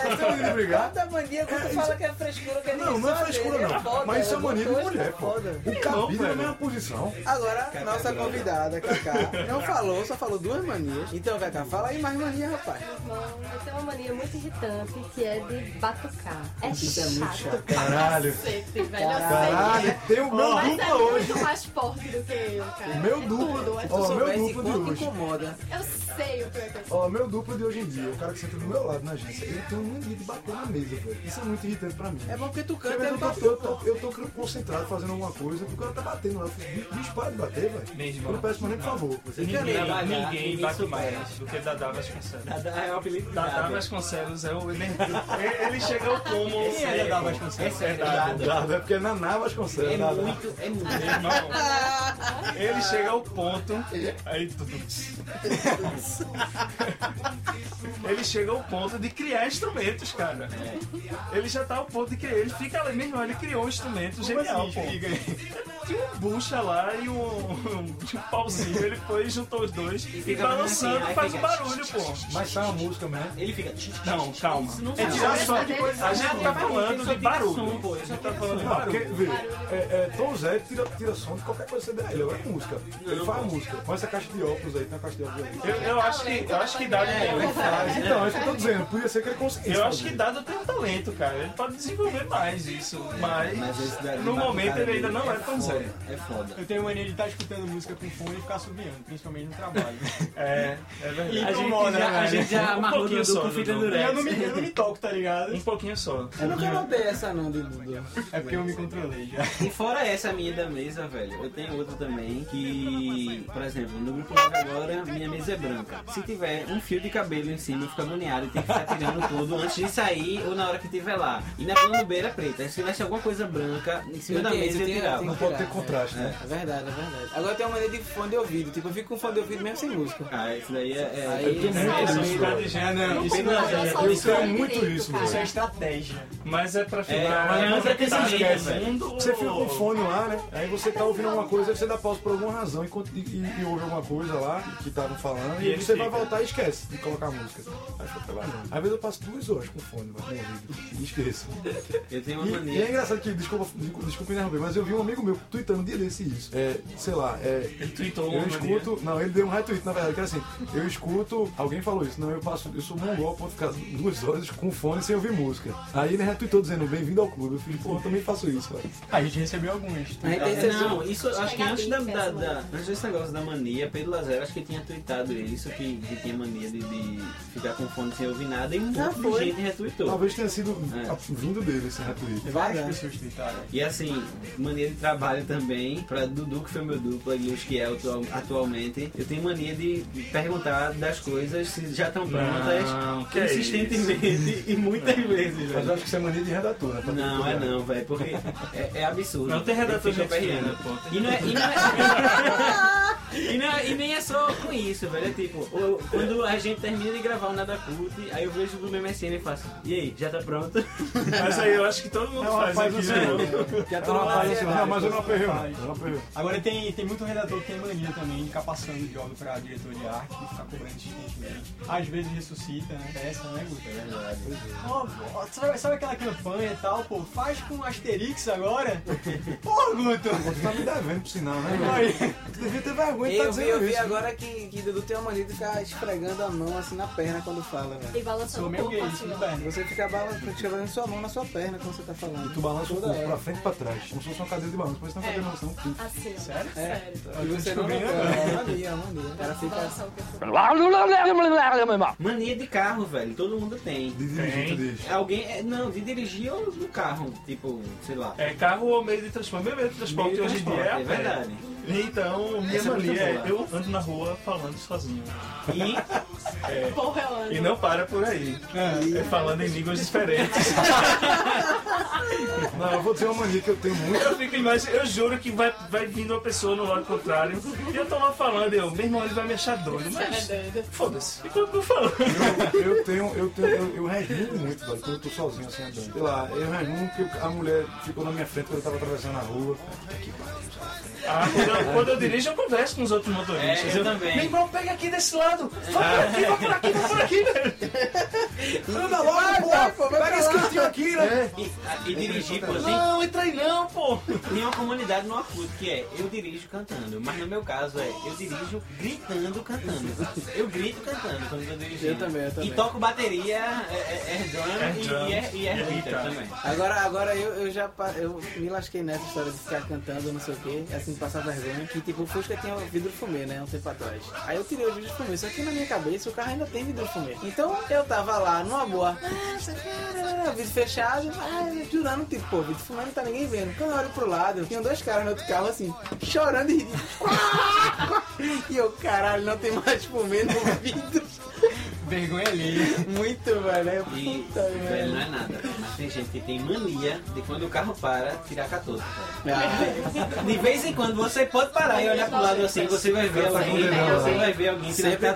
Bota a mania quando fala que é frescura, que é Não, não é frescura não. Mas isso é mania de mulher, pô. O cabide na mesma posição. Agora, nossa convidada, Cacá, não falou, só falou duas manias. Então, Cacá, fala aí mais mania, rapaz. Irmão, eu tenho uma mania muito irritante que é de batucar. É Isso é chato. muito chato. pra Caralho. Cacete, velho. Caralho, eu sei. tem o meu Mas dupla é hoje. muito mais forte do que eu, cara. O meu É duplo. tudo, é Ó, tudo. o meu duplo de hoje. Eu sei o que é que eu Ó, meu duplo de hoje em dia, o cara que senta do meu lado na agência, ele tem um mania de bater na mesa, velho. Isso é muito irritante pra mim. É bom porque tu canta eu, e eu, não tô, eu, tô, eu tô concentrado fazendo alguma coisa e o cara tá batendo lá. Eu fico, "Bicho, Bicho, para de bater, velho. Eu não é peço mais nem por favor. Ninguém, ninguém bate mais do que Dadá Vasconcelos. Dadá é o apelido Dadá Vasconcelos é o. Ele, ele chega ao cúmulo. Quem é Dadá Vasconcelos? Esse é Dadá. Dado, é porque é Naná Vasconcelos. É Dado. muito, é muito. Irmão, ele chega ao ponto. Aí tudo. Ele chega ao ponto de criar instrumentos, cara. Ele já tá ao ponto de criar. Ele fica ali, meu irmão, ele criou um instrumento assim, genial, pô. Tinha um bucha lá e um, um, um pauzinho. Ele foi e juntou os dois. E, fica balançando fazendo assim, faz um aí barulho, fica- pô. Mas sai uma música mesmo. Ele fica. Não, calma. não É sabe. tirar só de Ele coisa. faz A gente som, tá ele falando é só de tira barulho. som, A gente tá falando de Não, porque, barulho. vê, é, é, Tom Zé tira, tira som de qualquer coisa que você der a ele, agora é música. Ele faz a música. Põe essa caixa de óculos aí, tem uma caixa de óculos aí. Eu, eu acho que eu acho que dado tem ele faz. Então, é isso que eu tô dizendo, podia ser que ele conseguisse. Eu acho que dado tem um talento, cara. Ele pode desenvolver mais isso, mas, no tá momento ele ainda não é tão zero. É foda. Eu tenho mania de estar escutando música com fone e ficar subiando, principalmente no trabalho. É, é verdade. E A gente incomoda, já- a velho. gente já amarrou pouquinho Dudu só, com fita Dudu. durex. Eu não me- eu não me toco, tá ligado? Um pouquinho só. Eu nunca notei essa não de Dudu. É porque eu me controlei já. E fora essa minha da mesa, velho, eu tenho outra também que, por exemplo, no grupo novo agora, minha mesa é branca. Se tiver um fio de cabelo em cima, fica agoniado e tem que ficar tirando tudo antes de sair ou na hora que tiver lá. E na planobeira é preta, se tivesse alguma coisa branca em cima Eu da tenho, mesa, eu eu tenho, tirava. eu tenho que Não pode tirar, ter contraste, né? É verdade, é verdade. Agora eu tenho uma mania de fone de ouvido. Tipo, eu fico com fone de ouvido mesmo sem música. Ah, isso daí é. é Aí, eu tenho isso né? muito é isso, meio- cara. Ah, É não, Isso isso não, não, gente, eu eu sou Então, é tenho muito muito isso, isso, cara. mano. Isso é estratégia. Mas é pra É, mas não é desse jeito, velho. Você fica com o fone lá, né? Aí você tá ouvindo alguma coisa, aí você dá pausa por alguma razão e, conti- e- e ouve alguma coisa lá que estavam falando, E e, ele você vai fica. voltar e esquece de colocar a música. Aí fica trabalhando. Às vezes eu passo duas horas com o fone no ouvido e esqueço. Eu tenho uma E, e é mania. engraçado que, desculpa, desculpa, desculpa interromper, mas eu vi um amigo meu tweetando um dia desse isso. É, sei lá, é. Ele tweetou Eu uma escuto. Não, ele deu um retweet, na verdade, que era assim, eu escuto. Alguém falou isso, não, eu passo, eu sou mongol, posso ficar duas horas com fone sem ouvir música. Aí ele retweetou dizendo, bem-vindo ao clube. Eu fiz, porra, eu também faço isso, cara. Ah, A gente recebeu alguns. É, não, isso Chegar acho que antes, da, bem, da, peça, da, antes desse negócio da mania, Pedro Lazero acho que tinha tweetado isso, que, que tinha mania de, de ficar com fone sem ouvir nada e um Já monte foi. de gente retweetou. Talvez tenha sido vindo dele esse retweet. Várias pessoas tentaram. E assim, mania de trabalho também, pra Dudu, que foi meu duplo, e os que é atual- atualmente, eu tenho mania de perguntar das coisas se já estão prontas, Não, que é consistentemente isso. e muitas vezes, Mas velho. eu acho que isso é mania de redator, né? Pra Não, tudo, é né? não, velho, porque é, é absurdo. Não tem redator Eu fico mexicano, aperreando. pô. E não é. E não é... E, não é- e nem é só com isso, velho. É tipo, o- quando a gente termina de gravar o Nada Cult, aí eu vejo do meu MSN e faço, e aí, já tá pronto? Mas aí eu acho que todo mundo É um faz rapaz aqui, do né? Que a É um turma rapaz faz, do né? Senado. mas eu assim. não aperrei, não. Faz. Eu não aperrei. Agora tem, tem muito redator que tem mania também de ficar passando o jogo pra diretor de arte e ficar cobrando insistentemente. Às vezes ressuscita, né? Essa, né, Guto? É verdade. sabe, sabe aquela campanha e tal, pô? Faz com um Asterix agora? Pô, Guto! Você tá me devendo pro sinal, né? Aí. Você devia ter vergonha de estar Eu vi, dizendo eu vi isso. né? agora que, que Dudu tem uma mania de ficar esfregando a mão assim na perna quando fala, velho. E balançando Sou o meio corpo gay, assim, isso, ó. tá velho. Você fica balan- fica esfregando sua mão na sua perna quando você tá falando. E tu balança o Toda corpo hora. pra frente e pra trás, como se fosse uma cadeira de balanço, um mas não É. tem noção. Assim, ó. Sério? Sério. É. E você não Descobrindo nota, agora. é uma mania, é uma mania. O cara Balançar fica... o corpo. Ah. Mania de carro, velho. Todo mundo tem. De dirigir, tu diz. Alguém. é, Não, de dirigir ou no carro. Tipo, sei lá. É carro É ou meio de transporte. Meu meio de transporte Meio de hoje em dia é transporte, a é pé. verdade. Então, minha Essa é muito mania é, boa. eu ando na rua falando sozinho. E. é, Porra, eu ando. E não para por aí. É, falando em línguas diferentes. Não, eu vou ter uma mania que eu tenho muito. Eu fico imagem, eu juro que vai, vai vindo uma pessoa no lado contrário. E eu tô lá falando, eu, meu irmão, ele vai me achar doido. é Mas. Foda-se. E quando eu falo. Eu, eu tenho, eu tenho, eu, eu resmungo muito, velho, quando eu tô sozinho assim andando. Sei lá, eu resmungo porque a mulher ficou na minha frente quando eu tava atravessando a rua. Puta que pariu, Ah, quando, eu, quando eu dirijo, eu converso com os outros motoristas. É, eu também. É. Meu irmão, pega aqui desse lado. Vai por aqui, vai por aqui, vai por aqui, velho. Anda logo, pô. Pega esse cantinho aqui, né? E, e dirigir, pô, tem, Não, entra aí não, pô. tem uma comunidade no Orkut que é eu dirijo cantando, mas no meu caso é eu dirijo gritando cantando. Eu grito cantando quando eu tô dirigindo. Eu também, eu também. E toco bateria, é, é, é drum Air e- drum. e é, e é guitar também. Agora, agora eu, eu já pa- eu me lasquei nessa história de ficar cantando, não sei o que, assim, de passar vergonha. Que tipo, o Fusca tinha o vidro fumê, né? Um tempo atrás. Aí eu tirei o vidro fumê, só que na minha cabeça o carro ainda tem vidro fumê. Então eu tava lá numa boa, nossa, cara, vidro fechado, ah, jurando, tipo, pô, vidro fumê não tá ninguém vendo. Quando eu olho pro lado, tinham dois caras no outro carro assim, chorando e rindo. E eu, caralho, não tem mais fumê no vidro. Vergonha ali. Muito, velho. é E, Puta, velho, não é nada. Mas tem gente que tem mania de quando o carro para, tirar 14. cara. De vez em quando você pode parar e olhar pro lado assim, você vai ver alguém, você vai ver alguém tá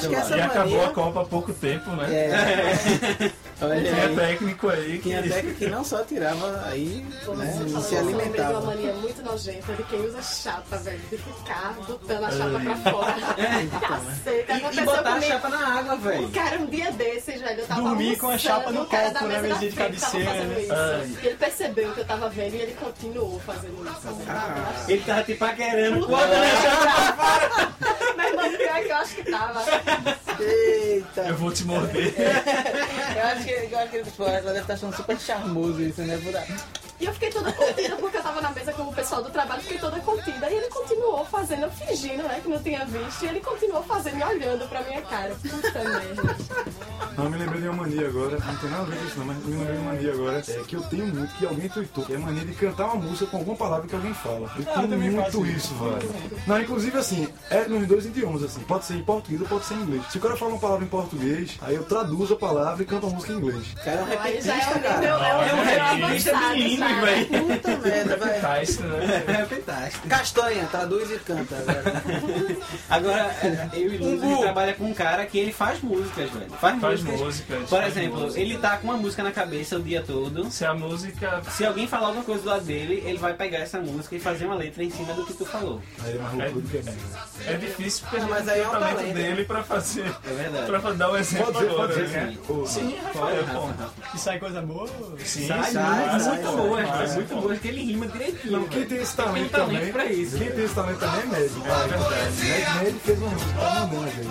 tirar 14. E acabou a Copa há pouco tempo, né? É. Olha Tinha aí. técnico aí. Tinha que- técnico que não só tirava aí, né, Você e falou, se eu lembrei de uma alimentava. mania muito nojenta de quem usa chapa, velho. De ficar botando a chapa pra fora. Caceta, É, então, né? E- E aconteceu botar a comigo. chapa na água, velho. Um cara, um dia desses, velho, eu tava Dormir com a almoçando, chapa no o cara da copo, né, mesa da mesinha de frente tava cabeceira, fazendo né? isso. Ai. E Ele percebeu o que eu tava vendo e ele continuou fazendo isso. fazendo isso. Ele tava te paquerando. né? Puta, Bota na chapa. Mas mano, pior é que eu acho que tava. Eita! Eu vou te morder. eu acho que, eu acho que ele, tipo, ela deve estar achando super charmoso isso, né? Por... E eu fiquei toda contida porque eu tava na mesa com o pessoal do trabalho, fiquei toda contida. E ele continuou fazendo, eu fingindo, né, que não tinha visto. E ele continuou fazendo e olhando pra minha cara. Puta merda. Não, eu me lembrei de uma mania agora, não tem nada a ver com isso não, mas eu me lembrei de uma mania agora, é que eu tenho muito, que alguém tweetou, que é a mania de cantar uma música com alguma palavra que alguém fala. Eu Ah, eu tenho também faço muito isso. isso, velho. Não, inclusive assim, é nos dois idiomas, assim, pode ser em português ou pode ser em inglês. Se o cara fala uma palavra em português, aí eu traduzo a palavra e canto a música em inglês. Cara, é um Aí já é repentista, um cara. nível- é um É um nível repentista avançado, bilíngue, sabe? velho. Puta merda, vai. Fantástico, né? É fantástico. Castanha, traduz e canta. velho. Agora, é, eu e Luz, ele trabalha com um cara que ele faz músicas, velho. Faz, Faz músicas. músicas, Por faz exemplo, músicas. ele tá com uma música na cabeça o dia todo. Se a música. Se alguém falar alguma coisa do lado dele, ele vai pegar essa música e fazer uma letra em cima do que tu falou. Aí amarrou tudo que é meu. É difícil porque Mas mas aí aí é um o talento talento. dele pra fazer. É verdade. Pra dar um exemplo Pode dizer, agora. pode dizer, né? sim. Ô, Sim, Fala, Rafael, pô. Rafa. E sai coisa boa? Sim, sai, Sai, muito sai, boa, sai, cara, sai, muito pô. boa. Porque ele rima direitinho. Não, quem velho. tem esse talento, Tem talento também. pra isso, Quem tem esse talento também é médico. É verdade. Ned, Ned fez uma música pra né, mandando, velho.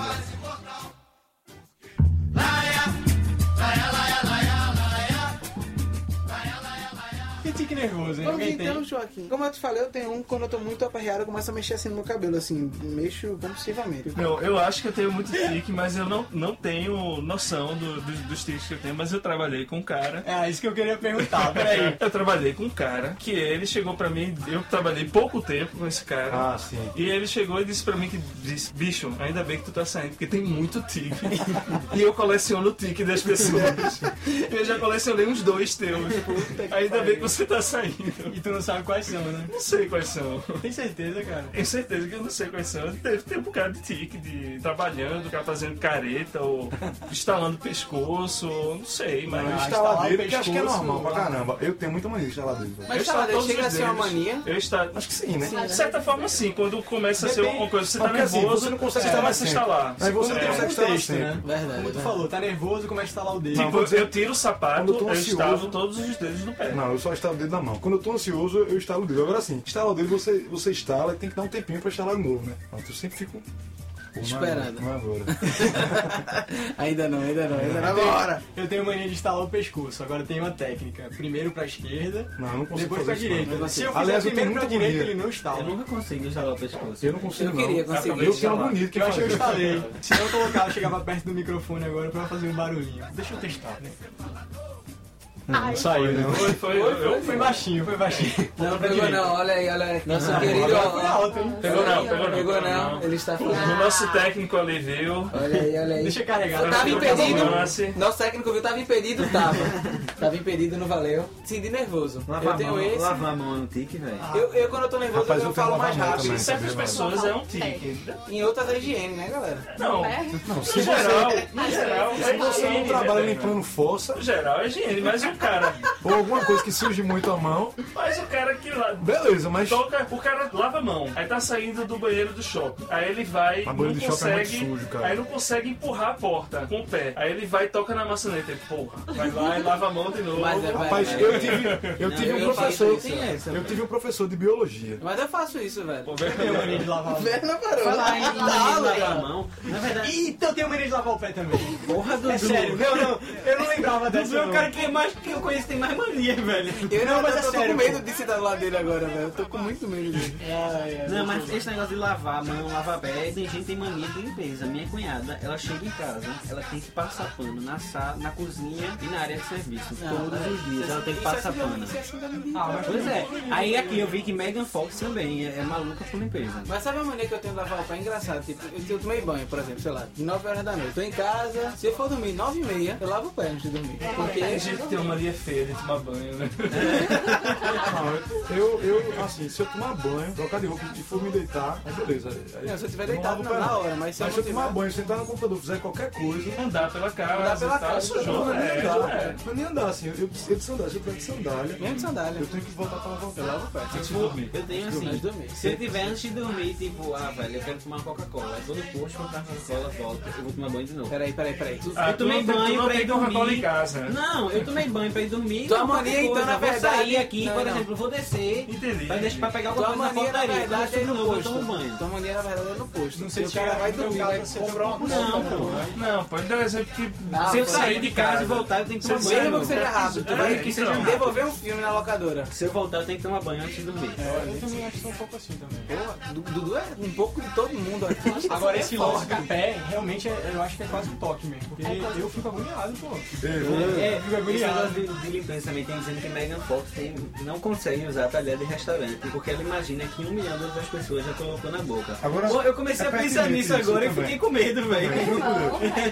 Que tique nervoso, hein? Bom, Alguém tem? então, Joaquim, como eu te falei, eu tenho um, quando eu tô muito aperreado, eu começo a mexer assim no meu cabelo, assim, mexo compulsivamente. Não, eu acho que eu tenho muito tique, mas eu não, não tenho noção do- do- dos tiques que eu tenho, mas eu trabalhei com um cara. É, isso que eu queria perguntar, peraí. Eu trabalhei com um cara que ele chegou pra mim, eu trabalhei pouco tempo com esse cara. Ah, sim. E ele chegou e disse pra mim que disse, bicho, ainda bem que tu tá saindo, porque tem muito tique. e eu coleciono o tique das pessoas. eu já colecionei uns dois teus. ainda bem que você tá saindo. E tu não sabe quais são, né? Não sei quais são. Tem certeza, cara? Tenho certeza que eu não sei quais são. Teve, teve um bocado de tique de trabalhando, cara fazendo careta ou instalando pescoço, ou não sei, mas. Instaladeira, instaladeira, que acho que é normal pra caramba. Eu tenho muita mania de instaladeira. velho. Eu Mas instalo fala, todos chega a os ser uma dedos. mania. Eu instalo. Acho que sim, né? De certa forma, sim. Quando começa a ser Depende. alguma coisa, você tá Porque, assim, nervoso, você não consegue você instalar começa a sempre. instalar. Aí você É, tem que é um instalar texto, sempre. né? Verdade. Como tu verdade. falou, tá nervoso, começa a instalar o dedo. Não, Tipo, quando- eu tiro o sapato, quando eu tô eu, ansioso- instalo todos os dedos do pé. Não, eu só instalo o dedo na mão. Quando eu tô ansioso, eu instalo o dedo. Agora sim, instalar o dedo, você, você instala e tem que dar um tempinho pra instalar de novo, né? Mas eu sempre fico. Pô, não é agora, Esperando. Não é agora. Ainda não, ainda não, ainda não. Agora! Eu tenho mania de instalar o pescoço, agora tem uma técnica. Primeiro pra esquerda, Não, eu não consigo depois pra fazer isso, direita. não. Se eu fizer Aliás, eu tenho primeiro pra muita direita, agonia. ele não Eu instala. nunca consigo instalar o pescoço. Eu não consigo. Eu queria não. conseguir Eu instalar. quero bonito que Eu acho que eu fazer. instalei. Se eu colocar, eu chegava perto do microfone agora pra fazer um barulhinho. Deixa eu testar, né? Não, não saiu, não. Foi, foi, eu fui baixinho, foi baixinho. Não, pegou não, olha aí, olha aí. Nosso Não, querido, agora ó. foi alto, hein? Pegou não, pegou não, Pegou pegou não, não. ele está O falando. nosso técnico ali viu. Olha aí, olha aí. Deixa carregar. Eu tava Não, impedido. não, não. Nosso técnico viu, tava impedido, tava. tava impedido, não valeu. Sim, de nervoso. Lavar eu a tenho mão, esse. lavar a mão no tique, velho. Ah, Eu, eu, quando eu tô nervoso, Rapaz, eu, eu tenho falo mais lavamento rápido. também, Isso é pras sabia? pessoas, é um tique. Em outras é higiene, né, galera? Não. é? Não, No se geral, você, no geral, se é você não higiene, trabalha né, limpando fossa. geral é higiene, mas o cara- Ou alguma coisa que surge muito à mão. Mas o cara que lá. Beleza, mas- Toca, Então, o cara lava a mão. Aí tá saindo do banheiro do shopping. Aí ele vai. Mas banheiro não do shopping é consegue, muito sujo, cara. Aí não consegue empurrar a porta com o pé. Aí ele vai e toca na maçaneta. Ele, porra, vai lá e lava a mão de novo. é Rapaz, eu tive, eu tive um professor. eu tive um professor de biologia. Mas eu faço isso, velho. Pô, velho, eu mania de lavar o pé. Velho, não parou. Falar em mania de lavar a mão. Na verdade. Ih, então eu tenho mania de lavar o pé também. Porra, É sério, não, não. Eu não lembrava dessa. Dudu é o cara que, mais, que eu conheço tem mais mania, velho. Eu não, mas é eu tô sério. com medo de citar do lado dele agora, velho. Eu tô com muito medo dele. Não, mas esse negócio de lavar a mão, lavar pé, tem gente que tem mania de limpeza. Minha cunhada, ela chega em casa, ela tem que passar pano na sala, na cozinha e na área de serviço. Ah, todos é. os dias ela tem que é passar pano. Ah, mas- Pois é, aí aqui eu vi que Megan Fox também é, é maluca por limpeza. Mas sabe a maneira que eu tenho de lavar o pé? Engraçado, tipo, eu, eu tomei banho, por exemplo, sei lá, de 9 horas da noite. Tô em casa, se eu for dormir 9 e meia, eu lavo o pé antes de dormir. Porque Tem gente que tem uma mania feia de tomar banho, né? Não, eu, eu, assim, se eu tomar banho, trocar de roupa e for me deitar, aí beleza. Aí, Não, se eu tiver não deitado, lavo não, o pé, na não. hora, mas se eu se eu não tomar tiver- banho, sentar no computador, fizer qualquer coisa. Andar pela casa, Andar pela tá, casa, sujou, não, não, né? nem andar, É. não nem andar assim. Eu, eu preciso de sandália, se eu tiver de sandália. Mesmo de sandália. Eu tenho que voltar pra lavar o pé. Eu lavo o pé. Antes de Tipo, dormir. Eu tenho assim, Antes de dormir. se eu tiver antes de dormir, tipo, ah, velho, eu quero tomar uma Coca-Cola. Aí vou no posto, comprar uma Coca-Cola, volto, eu vou tomar banho de novo. Peraí, peraí, peraí. Ah, eu tomei banho pra ir dormir. em casa. Não, eu tomei banho pra ir dormir. né? Tua não, qualquer mania, então, coisa. na vou verdade- sair aqui, Não, por não. exemplo, eu vou descer Entendi. pra, deixar, pra pegar alguma Tua coisa na mania, na portaria. Quando eu verdade, é subo ir de no novo, eu tomo posto. banho. Tua mania, na verdade, é no posto. Não sei o se cara chegar vai no teu dormir, carro, vai você comprar um uma coisa. Não, pô. Não, pode dar exemplo que. Ah, Se eu pô, É, sair de casa e voltar, eu tenho que tomar banho. Mesmo que seja rápido, tu vai Mesmo que seja rápido. devolver um filme na locadora. Se eu voltar, eu tenho que tomar banho antes de dormir. Eu também acho que sou um pouco assim também. Pô, Du- Dudu é um pouco de todo mundo aqui. Agora, esse Porra. lance do pé, realmente, é- eu acho que é quase um toque mesmo. Porque eu fico agoniado, pô. É, Eu fico esse negócio agoniado. de, de limpeza também tem dizendo que Megan Fox tem, não consegue usar talher de restaurante porque ela imagina que um milhão das pessoas já colocou na boca. Agora- Pô, eu comecei é a pensar pertinente nisso isso agora e também. fiquei com medo, velho.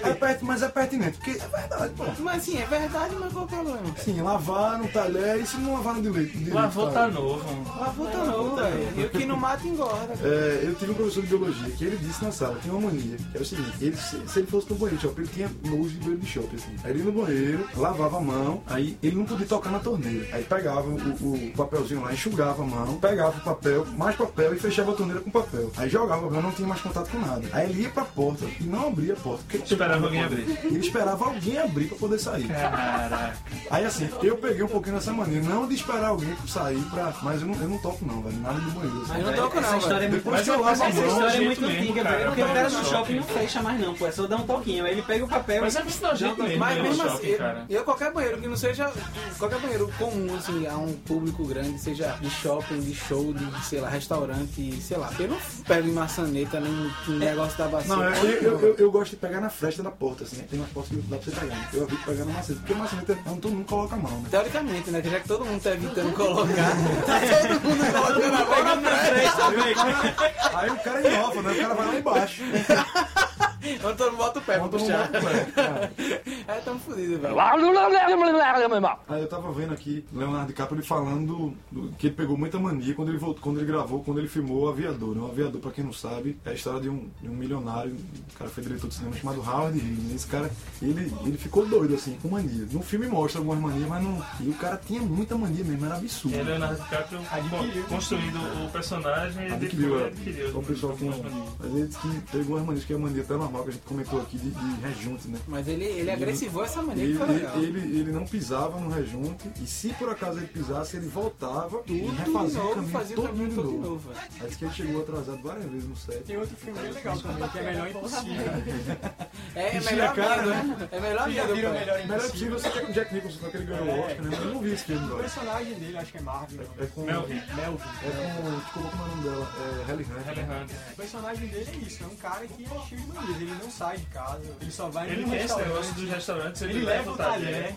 É perto, mas é pertinente, porque é verdade, pô. Mas sim, é verdade, mas qual o problema? Sim, lavar no talher e se não é lavar no de leite. de Lavou leite, tá tá? novo. Lavou tá novo, velho. E o que não mata engorda. É, eu tive um professor de biologia que ele disse na sala, tem uma mania, que é o seguinte, ele, se, se ele fosse no banheiro de shopping, ele tinha nojo de banheiro de shopping, assim. Aí ele ia no banheiro, lavava a mão, aí ele não podia tocar na torneira. Aí pegava o, o papelzinho lá, enxugava a mão, pegava o papel, mais papel e fechava a torneira com papel. Aí jogava, não tinha mais contato com nada. Aí ele ia pra porta e não abria a porta. porque ele Tipo, Esperava alguém abrir. Ele esperava alguém abrir pra poder sair. Caraca. Aí assim, eu peguei um pouquinho dessa mania, não de esperar alguém sair pra. Mas eu não, eu não toco não, velho. Nada do banheiro. assim. Mas eu não toco Essa não, história é velho. muito, Depois que eu lavo a essa mão, história é jeito muito mesmo, antiga, cara. velho. Porque Não o dá cara do no shopping não shopping. fecha mais não, pô. É só dar um toquinho. Aí ele pega o papel Mas é e... muito nojento mesmo, Mas né, mesmo no assim, shopping, cara. eu, qualquer banheiro que não seja. Qualquer banheiro comum, assim, a um público grande, seja de shopping, de show, de, sei lá, restaurante, sei lá. Eu não pego em maçaneta nem no É, negócio da bacia. Não, eu, eu, eu, eu gosto de pegar na fresta da porta, assim. né? Tem umas portas que dá pra você pegar. né? Eu evito pegar na maceta, porque maceta é onde todo mundo coloca a mão, né? Teoricamente, né? que Já que todo mundo tá evitando colocar, tá todo mundo colocando a bola na frente. Aí o cara inova, né? O cara vai lá embaixo. Quando todo mundo bota o pé pra Quando não puxar. mata o pé. cara. Aí tamo É, fudido, velho. Aí eu tava vendo aqui Leonardo DiCaprio ele falando do- do- que ele pegou muita mania quando ele voltou, quando ele gravou, quando ele filmou O Aviador. Né? O Aviador, pra quem não sabe, é a história de um, de um milionário, um cara que foi diretor de cinema chamado Howard Hughes. né? Esse cara, ele, ele ficou doido, assim, com mania. No filme mostra algumas manias, mas não... E o cara tinha muita mania mesmo, era absurdo. É Leonardo DiCaprio Adquiriu. con- construindo o personagem e Adquiriu, depois é. adquiriu. O pessoal que não. Mas ele disse que pegou as manias, que é a mania até normal que a gente comentou aqui de, de rejunte, né? Mas ele, ele agressivou essa mania que Ele, foi legal. ele, ele, ele não pisava no rejunte e se por acaso ele pisasse, ele voltava e Tudo de refazia o novo, caminho fazia o todo caminho de todo de novo. novo, velho. Aí disse que ele chegou atrasado várias vezes no set. Tem outro filme bem legal também, que é Melhor Impossível. É, é Tira melhor a cara, amigo, né? É melhor Vocês já amigo, viram pai. Melhor Melhor Impossível? possível você quer com o Jack Nicholson, que ele ganhou o Oscar, né? Mas eu não vi esse filme, O não. personagem dele, acho que é Marvin. É com... Melvin. Melvin. É com... Desculpa como é o nome dela. É Helen Hunt. Ele errando. O personagem dele é isso, é um cara que é cheio de mania. ele não sai de casa, ele só vai Ele no tem esse restaurante. né? negócio dos restaurantes, ele, Ele leva o né? talher. talher.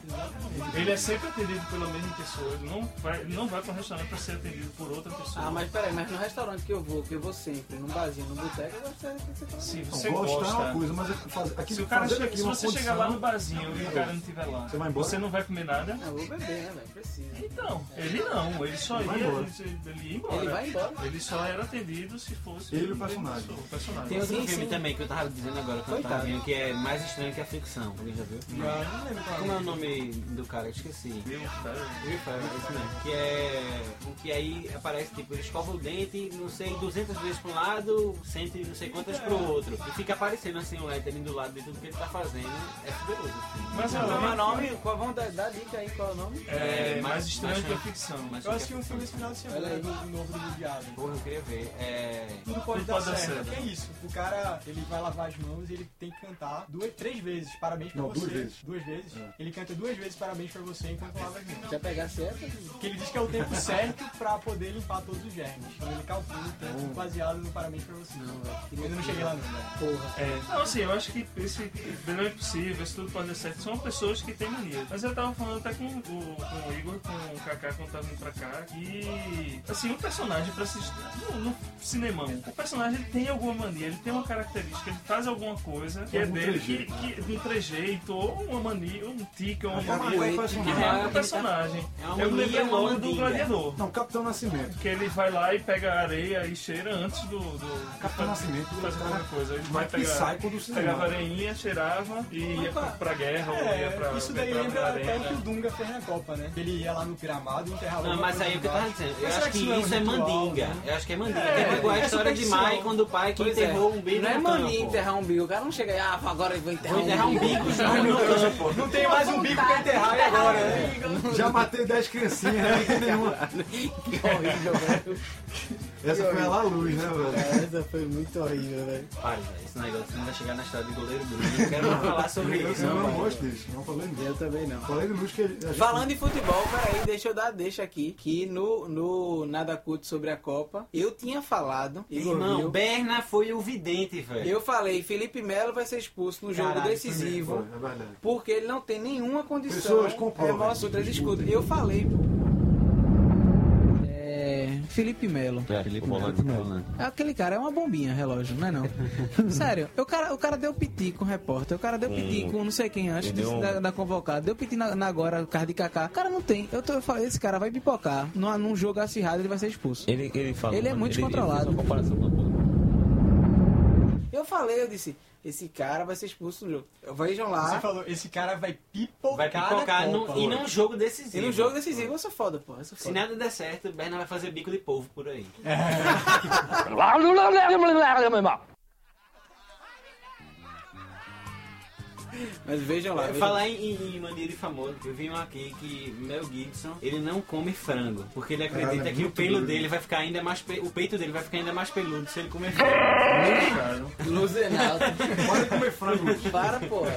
Ele é sempre atendido pela mesma pessoa, ele não vai, não vai para um restaurante para ser atendido por outra pessoa. Ah, mas peraí, mas no restaurante que eu vou, que eu vou sempre, num barzinho, num boteco, eu gosto de ser Se tratado. você Gostar gosta, é uma coisa, mas é fazer- aquilo- se o cara fazer chega, se aquilo uma você chegar lá condição- no barzinho e o cara É. não estiver lá, Você vai embora? não vai comer nada? Eu vou beber, né, velho? Precisa. Então, ele não, ele só Ele vai ia, embora. ele, ele ia embora. Ele vai embora. Ele só era atendido se fosse Ele e o mesmo personagem. pessoa, o personagem. Tem outro Sim, filme sim. também que eu tava dizendo agora quando eu tava Coitado. vendo, que é mais estranho que a ficção. Alguém já viu? Não, não lembro qual é. Como é o nome do cara? Eu esqueci. Will Ferrell. Will Ferrell, é isso mesmo. Que é. o Que aí aparece, tipo, ele escova o dente, não sei, 200 vezes pra um lado, 100 e não sei quantas pro outro. E fica aparecendo assim o lettering do lado de tudo que ele tá fazendo. É fuderoso. Mas Como é o nome? Qual, vamos dar, dar dica aí, qual é o nome? É, mais estranho mais- que a ficção. mais Eu do que a assisti um filme esse final de semana Olha aí. do novo do Diabo. Porra, eu queria ver. É. Tudo pode dar certo. É isso. O cara, ele vai lavar as mãos e ele tem que cantar duas, três vezes parabéns pra Não, você. duas vezes. Duas vezes. Ele canta duas vezes parabéns pra você enquanto lava as mãos. Já pegasse essa? Porque ele diz que é o tempo certo pra poder limpar todos os germes. Então ele calcula o tempo baseado no parabéns pra você. Não, velho. Ainda não cheguei lá não. Porra. É, não, assim, eu acho que esse não é possível, isso tudo pode dar certo. São pessoas que têm mania. Mas eu tava falando até com o, com o Igor, com o Kaká, quando tava vindo pra cá, que, assim, o personagem, pra se, no, no cinemão, o personagem ele tem alguma mania, ele tem uma característica, ele faz alguma coisa que é Algum dele, que, trejeito. né? que, um trejeito, ou uma mania, um tique, ou uma Alguma mania. coisa que que faz marca uma- o personagem. É uma Eu me mania, lembrei é uma logo do mandinga. Gladiador. Não, Capitão Nascimento. Que ele vai lá e pega a areia e cheira antes do. do Capitão Nascimento, fazer o cara qualquer coisa. Ele vai vai pegar. psycho do cinema. Pegava a areinha, cheirava e ia pra, pra guerra ou ia pra. É, isso daí pra Então, lembra até arena. o que o Dunga fez na Copa, né? Ele ia lá no gramado e enterrava Não, alguma mas aí é o coisa que eu tava embaixo. dizendo. Eu Mas será acho que um isso é ritual, mandinga. né? Eu acho que é mandinga. É, Tem igual a é história de superstição. Mai quando o pai que Pois enterrou um bico Não é no mania campo. enterrar um bico, o cara não chega aí, ah, agora eu vou enterrar Vou enterrar um bico já no campo. Não tem mais um bico pra enterrar e agora, né? Já matei 10 criancinhas, né? não tem nenhuma. Que horrível, velho. Essa foi a La Luz, né, velho? É, Essa foi muito horrível, velho. Pare, velho. Esse negócio não vai chegar na história de goleiro Bruno. Eu não quero mais falar sobre Eu isso. não gosto disso, não falei nisso. Eu também não. Falei de luz que a gente- Falando em futebol, peraí, deixa eu dar a deixa aqui. Que no, no Nada Curto sobre a Copa, eu tinha falado, Igor Irmão, viu, Berna foi o vidente, velho. eu falei, Felipe Melo vai ser expulso no jogo Caralho, decisivo. É verdade. Porque ele não tem nenhuma condição. Pessoas comprovam. Nossa, outras escutam. Eu falei. É. Felipe Melo. Felipe Melo. Aquele cara é uma bombinha, relógio, não é não? Sério, o cara, o cara deu piti com o repórter, o cara deu Hum. piti com não sei quem antes de- um da, da convocada, deu piti na, na agora, o cara de cacá. O cara não tem. Eu, tô, eu falei, esse cara vai pipocar. Num, num jogo acirrado, ele vai ser expulso. Ele, ele falou. Ele é muito controlado. fez uma comparação com a porra. Eu falei, eu disse, esse cara vai ser expulso no jogo. Vejam Você Tá? lá. falou, esse cara vai pipocar, Vai pipocar na no- Copa. e num jogo E decisivo. no jogo decisivo, eu sou foda, pô. Eu sou Se foda. nada der certo, Berna vai fazer bico de povo por aí. Mas vejam lá. É, vejam lá. Falar em, em mania de famoso, eu vi um aqui que Mel Gibson, ele não come frango, porque ele acredita Caralho, é que o muito pelo doido. dele vai ficar ainda mais pe... o peito dele vai ficar ainda mais peludo se ele comer frango. Luzenalto. Para de comer frango. Para, porra.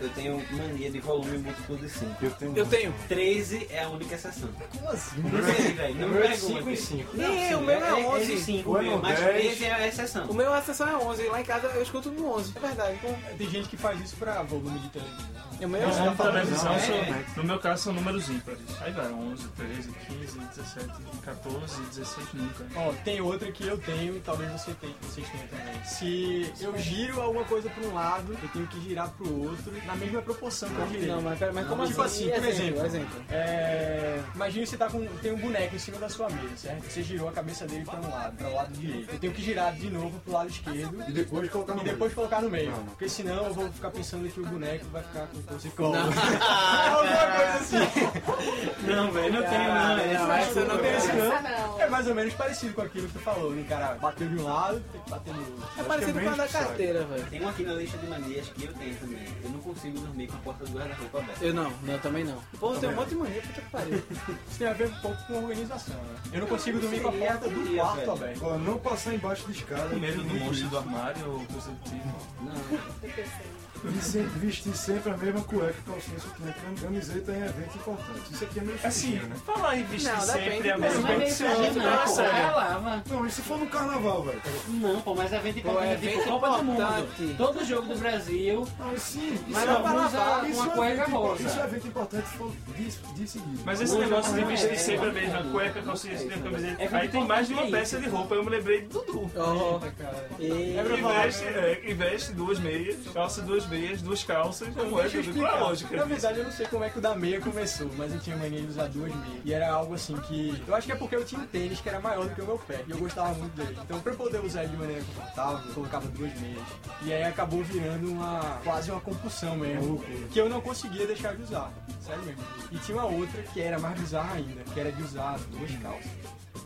Eu tenho mania de volume múltiplo de 5. Eu tenho. um Eu tenho. 13 é a única exceção. Como assim? Não sei, velho, não O me meu é pergunte. cinco em cinco. Nem eu, o meu é 11. 5, O meu é mas 10. 13 é a exceção. O meu acessão é 11, lá em casa eu escuto no 11, é verdade. Tem gente que faz isso pra volume de televisão. O meu é Não, na televisão, não, são- é. no meu caso são números ímpares. Aí vai 11, 13, 15, 17, 14, 16 nunca. Ó, tem outra que eu tenho e talvez você tenha, vocês tenham também. Se eu giro alguma coisa pra um lado, eu tenho que girar pro outro na mesma proporção que eu girei. Não, mas, pera, mas como tipo assim, por exemplo, exemplo. é, imagina que você tá com, tem um boneco em cima da sua mesa, certo? Você girou a cabeça dele pra um lado, pra o lado direito. Eu tenho que girar de novo pro lado esquerdo E depois colocar no e depois colocar no meio. Não, não. Porque senão eu vou ficar pensando que o boneco vai ficar com torcicolo. Alguma coisa assim. Não, velho, não tenho Ah, não. não, essa- essa eu não Não tem isso, tenho. não? Essa não. É mais ou menos parecido com aquilo que você falou, né, cara? Bateu de um lado, tem que bater no outro. É parecido com a da menos que sai. carteira, velho. Tem um aqui na lista de manias que eu tenho também. Eu não consigo dormir com a porta do guarda-roupa aberta. Eu não, não, também não. Pô, tem um monte de mania, puta que pariu. Isso tem a ver um pouco com organização, né? Eu não consigo dormir com a Seria porta do agonia, quarto velho. aberta. Ó, não passar embaixo de escada. Com medo do Muito monstro isso. do armário ou coisa do tipo. Não, se- vestir sempre a mesma cueca e calcinha sutiã, cam- camiseta em evento importante. Isso aqui é meio Assim, falar em vestir Não, sempre depende a do mesma cara. coisa. Não, gente, não, não, pô, sério. ela lava. Não, e se for no carnaval, velho? Não, pô, mas evento importante, evento tipo Copa do importante. Mundo. Todo jogo do Brasil. sim, é mas não vai lavar isso uma é cueca evento- rosa. Isso é evento importante se for de, de seguido. Mas esse Hoje negócio de amanhã, vestir é. sempre a mesma cueca, calcinha, sutiã, camiseta. É Aí tem mais de uma isso. peça de roupa, eu me lembrei de Dudu. E É veste, é, e veste duas meias, calça duas meias, duas calças, como é que Deixa eu eu digo? Qual a explicar. lógica? Na verdade, eu não sei como é que o da meia começou, mas eu tinha mania de usar duas meias. E era algo assim que. Eu acho que é porque eu tinha um tênis que era maior do que o meu pé. E eu gostava muito dele. Então, pra eu poder usar ele de maneira confortável, eu colocava duas meias. E aí acabou virando uma. quase uma compulsão É um mesmo. Que eu não conseguia deixar de usar. Sério mesmo. E tinha uma outra que era mais bizarra ainda, que era de usar duas calças.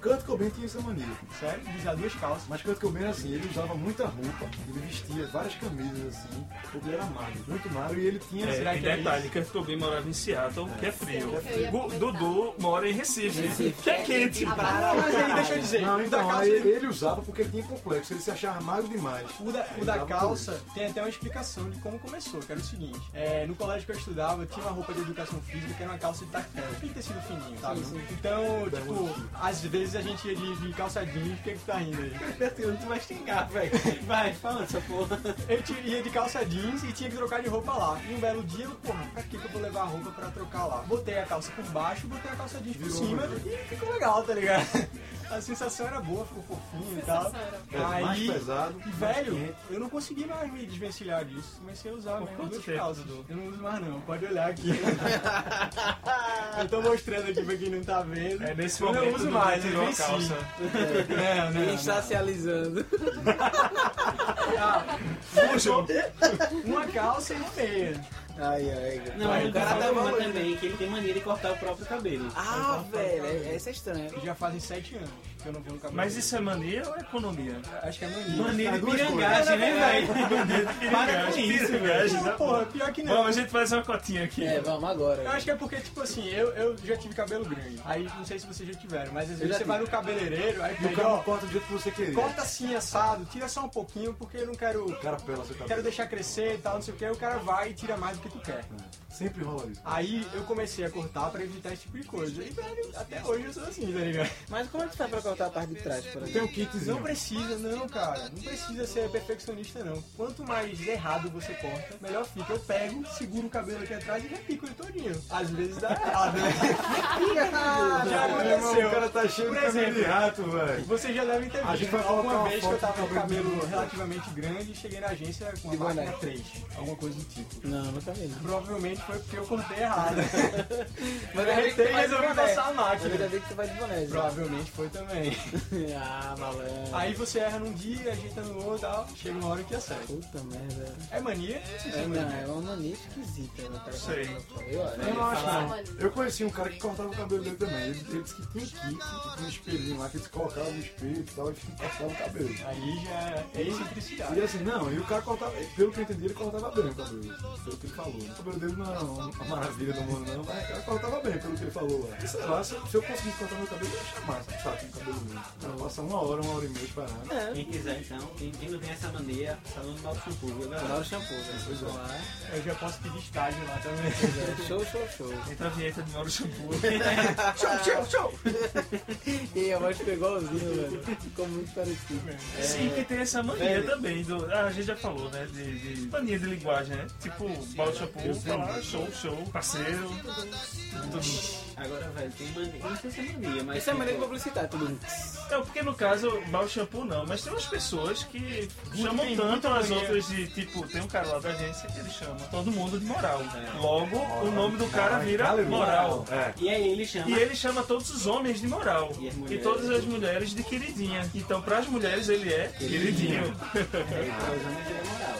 Kurt Cobain tinha essa mania. Sério? De usar duas calças. Mas Kurt Cobain era assim, ele usava muita roupa, ele vestia várias camisas assim, porque ele era magro, muito magro, e ele tinha... É, Será e que é detalhe, Kurt Cobain morava em Seattle, que é frio. É frio. Gu- Dudu mora em Recife, que é quente. Mas aí deixa eu dizer, Não, o então, da calça- aí ele usava porque ele tinha complexo, ele se achava magro demais. O da, o Ele da usava calça tem até uma explicação de como começou, que era o seguinte. é, no colégio que eu estudava, tinha uma roupa de educação física que era uma calça de tactel. Tem tecido fininho, sabe? Sim, sim. Então, Bem tipo, às vezes a gente ia de, de calça jeans, por que que tá rindo aí? Tu vai xingar, velho. Vai, fala essa porra. Eu ti- ia de calça jeans e tinha que trocar de roupa lá. E um belo dia, eu, porra, pra que que eu vou levar a roupa pra trocar lá? Botei a calça por baixo, botei a calça jeans por Virou cima uma e ficou legal, tá ligado? A sensação era boa, ficou fofinho e tal. É, mais pesado, E, mais velho, quente. eu não consegui mais me desvencilhar disso. Comecei a usar Por mesmo quanto duas tempo, calças. Dudu? Eu não uso mais não, pode olhar aqui. eu tô mostrando aqui pra quem não tá vendo. É nesse eu momento não uso Dudu mais, eu tirou a venci. É, né? calça. Não, não, Ele não. está se alisando. Puxa, Uma calça e uma meia. Ai, ai, cara. Não, mas Ai, o o cara tá problema maluco. também, que ele tem mania de cortar o próprio cabelo. Ah, velho, é- essa é estranha. Já fazem sete anos que eu não vou no cabelo. Mas isso é mania ou é economia? Acho que é mania. Mania de As duas pirangagem, coisas. né, velho? Mania de Para com pirangagem, isso, pirangagem, tá velho. um Não, bom. porra, pior que não. Vamos, a gente faz uma cotinha aqui. É, vamos agora. Eu acho que é porque, tipo assim, eu, eu já tive cabelo grande. Aí, não sei se vocês já tiveram, mas às já vezes você tive. vai no cabeleireiro, E aí o pega, cara ó, corta do jeito que você queria. corta assim, assado, tira só um pouquinho, porque eu não quero... O cara pela seu cabelo. Quero deixar crescer e tal, não sei o que, aí o cara vai e tira mais do que tu quer. Sempre rola isso. Aí eu comecei a cortar pra evitar esse tipo de coisa. E, velho, até hoje eu sou assim, tá ligado? Mas como é que tu faz pra cortar a parte de trás, por Tem exemplo? um kitzinho. Não precisa, não, cara. Não precisa ser perfeccionista, não. Quanto mais errado você corta, melhor fica. Eu pego, seguro o cabelo aqui atrás e repico ele todinho. Às vezes dá errado, né? já aconteceu. O cara tá cheio Por de cabelo de exemplo, rato, velho. Vocês já devem ter A gente visto vai colocar alguma uma vez que eu foto tava do com o cabelo cabelo do- relativamente grande e cheguei na agência com uma De boné. máquina 3, alguma coisa do tipo. Não, nunca vi, não. Provavelmente foi porque eu cortei errado. Mas eu arretei e vai de resolvi boné. passar a máquina. Eu ainda vi que tu vai de boné, já. Provavelmente foi também. Ah, malandro. Aí você erra num dia, ajeita no outro e tal. Chega uma hora que acerta. Puta merda. É mania? Não sei se É, é mania. não, é uma mania esquisita. Não Sei. Eu né? acho. Eu não acho não. Eu conheci um cara que cortava o cabelo dele também. Ele, ele disse que tinha um kit, que tinha um espelhinho lá, que eles colocavam no espelho e tal, e cortava o cabelo. Aí já é E excentricidade. assim, não, e o cara cortava, pelo que eu entendi, ele cortava bem o cabelo, pelo que ele falou. O cabelo dele não era uma maravilha do mundo, não, mas o cara cortava bem, pelo que ele falou. lá. E sei lá, se, eu- se eu conseguisse cortar meu cabelo, eu ia chamar, sabe, com o cabelo mesmo. Passar uma hora, uma hora e meia parado. É. Quem quiser, então, quem, quem não tem essa mania, salão do Balco Shampoo, viu, Dá galera? o shampoo, velho. Vamos lá. Eu já posso pedir estágio lá também. É, Show, show, show. Entra a vinheta de Mauro Shampoo. É. E a voz ficou igualzinho, velho. Ficou muito parecido. Sim, que tem essa mania também. Do, ah, a gente já falou, né? De, de mania de linguagem, né? Tipo, balde shampoo, falar show, show, parceiro. Tudo. Agora, velho, tem mania. Não sei se é mania, mas. Isso é maneira de tipo, publicitar, tudo. Não, É, porque no caso, balde shampoo não, mas tem umas pessoas que chamam bem, tanto muito as mania. outras de. Tipo, tem um cara lá da agência que ele chama todo mundo de moral. Logo, o nome do cara vira moral. É. E aí ele chama. E ele chama todos os homens de moral. E as E, mulheres? todas as mulheres de queridinha. Então, para as mulheres, ele é queridinho. É, então, os homens têm moral.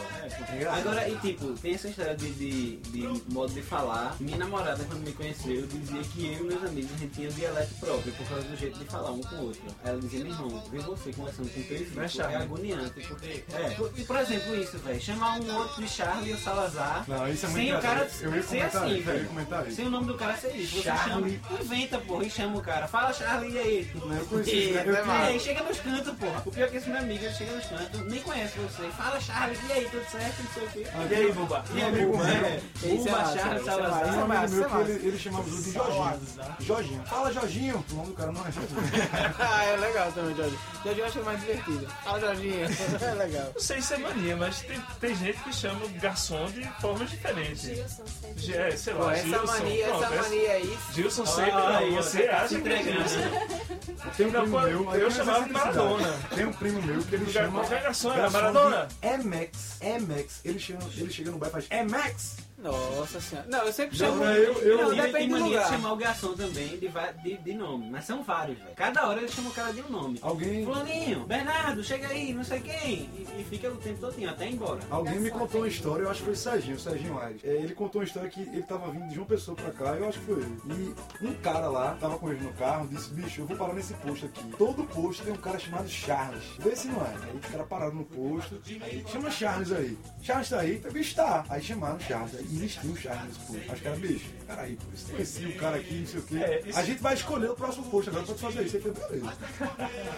Agora, e tipo, tem essa história de, de, de modo de falar. Minha namorada, quando me conheceu, dizia que eu e meus amigos a gente tinha dialeto próprio por causa do jeito de falar um com o outro. Ela dizia, meu irmão, ver você conversando com o teu filho Não é charme. é né?" agoniante. Porque, é, e por exemplo, isso, velho, chamar um outro de Charlie ou Salazar. Não, isso é muito sem o cara engraçado. Eu ia ser comentar assim, isso, eu ia velho. comentar isso. Sem o nome do cara ser isso. Você Charlie. chama, inventa, porra, e chama o cara. Fala, Charlie, e aí? Eu conheci esse cara, eu E tinha- é aí, chega nos cantos, porra. O pior é que esse meu amigo, ele chega nos cantos, nem conhece você. Fala, Charles, e aí, tudo certo, não sei o quê. E aí, Buba? E aí, Buba? É. Esse é Buba massa, Charles esse é massa, esse Salazar. é Um amigo massa, meu esse é que massa. ele, ele chamava o de Jorginho. Salazar. Jorginho. Fala, Jorginho. O nome do cara não é Jorginho. ah, é legal também, Jorge. Jorge eu acho mais divertido. Fala, Jorginho. É legal. Não sei se é mania, mas tem, tem gente que chama o garçom de formas diferentes. Gilson sempre. É, sei lá, Pô, essa Gilson. mania, Pronto, essa mania aí. Gilson Ah, sempre, aí, não, você tá acha se que é entregando. Gilson. Tem um primo Não, meu, eu mas chamava essa de necessidade. Maradona. Tem um primo meu que ele Lugar- chama. qualquer garçom era garçom de Maradona. Emex, Emex. Ele, chama, ele chega no bar e faz Emex. Nossa senhora. Não, eu sempre Não, chamo. eu- eu- não, E ele depende tem do mania de lugar. chamar o garçom também de, va- de, de nome, mas são vários, velho. Cada hora ele chama o cara de um nome. Alguém. Fulaninho, Bernardo, chega aí, não sei quem. E, e fica o tempo todinho, até ir embora. Alguém me contou uma história, eu acho que foi o Serginho, o Serginho Aires. É, ele contou uma história que ele tava vindo de João Pessoa pra cá, eu acho que foi ele. E um cara lá, tava com ele no carro, disse, bicho, eu vou parar nesse posto aqui. Todo posto tem um cara chamado Charles. Vê se não é. Aí os caras pararam no posto, aí chama Charles aí. Charles tá aí, tá, bicho tá. Aí chamaram o Charles, aí existiu o Charles nesse posto. Aí os caras, bicho, peraí, pô, você conhecia o cara aqui, não sei o quê. É, isso- A gente vai escolher o próximo posto agora pra tu fazer isso. Aí foi, beleza.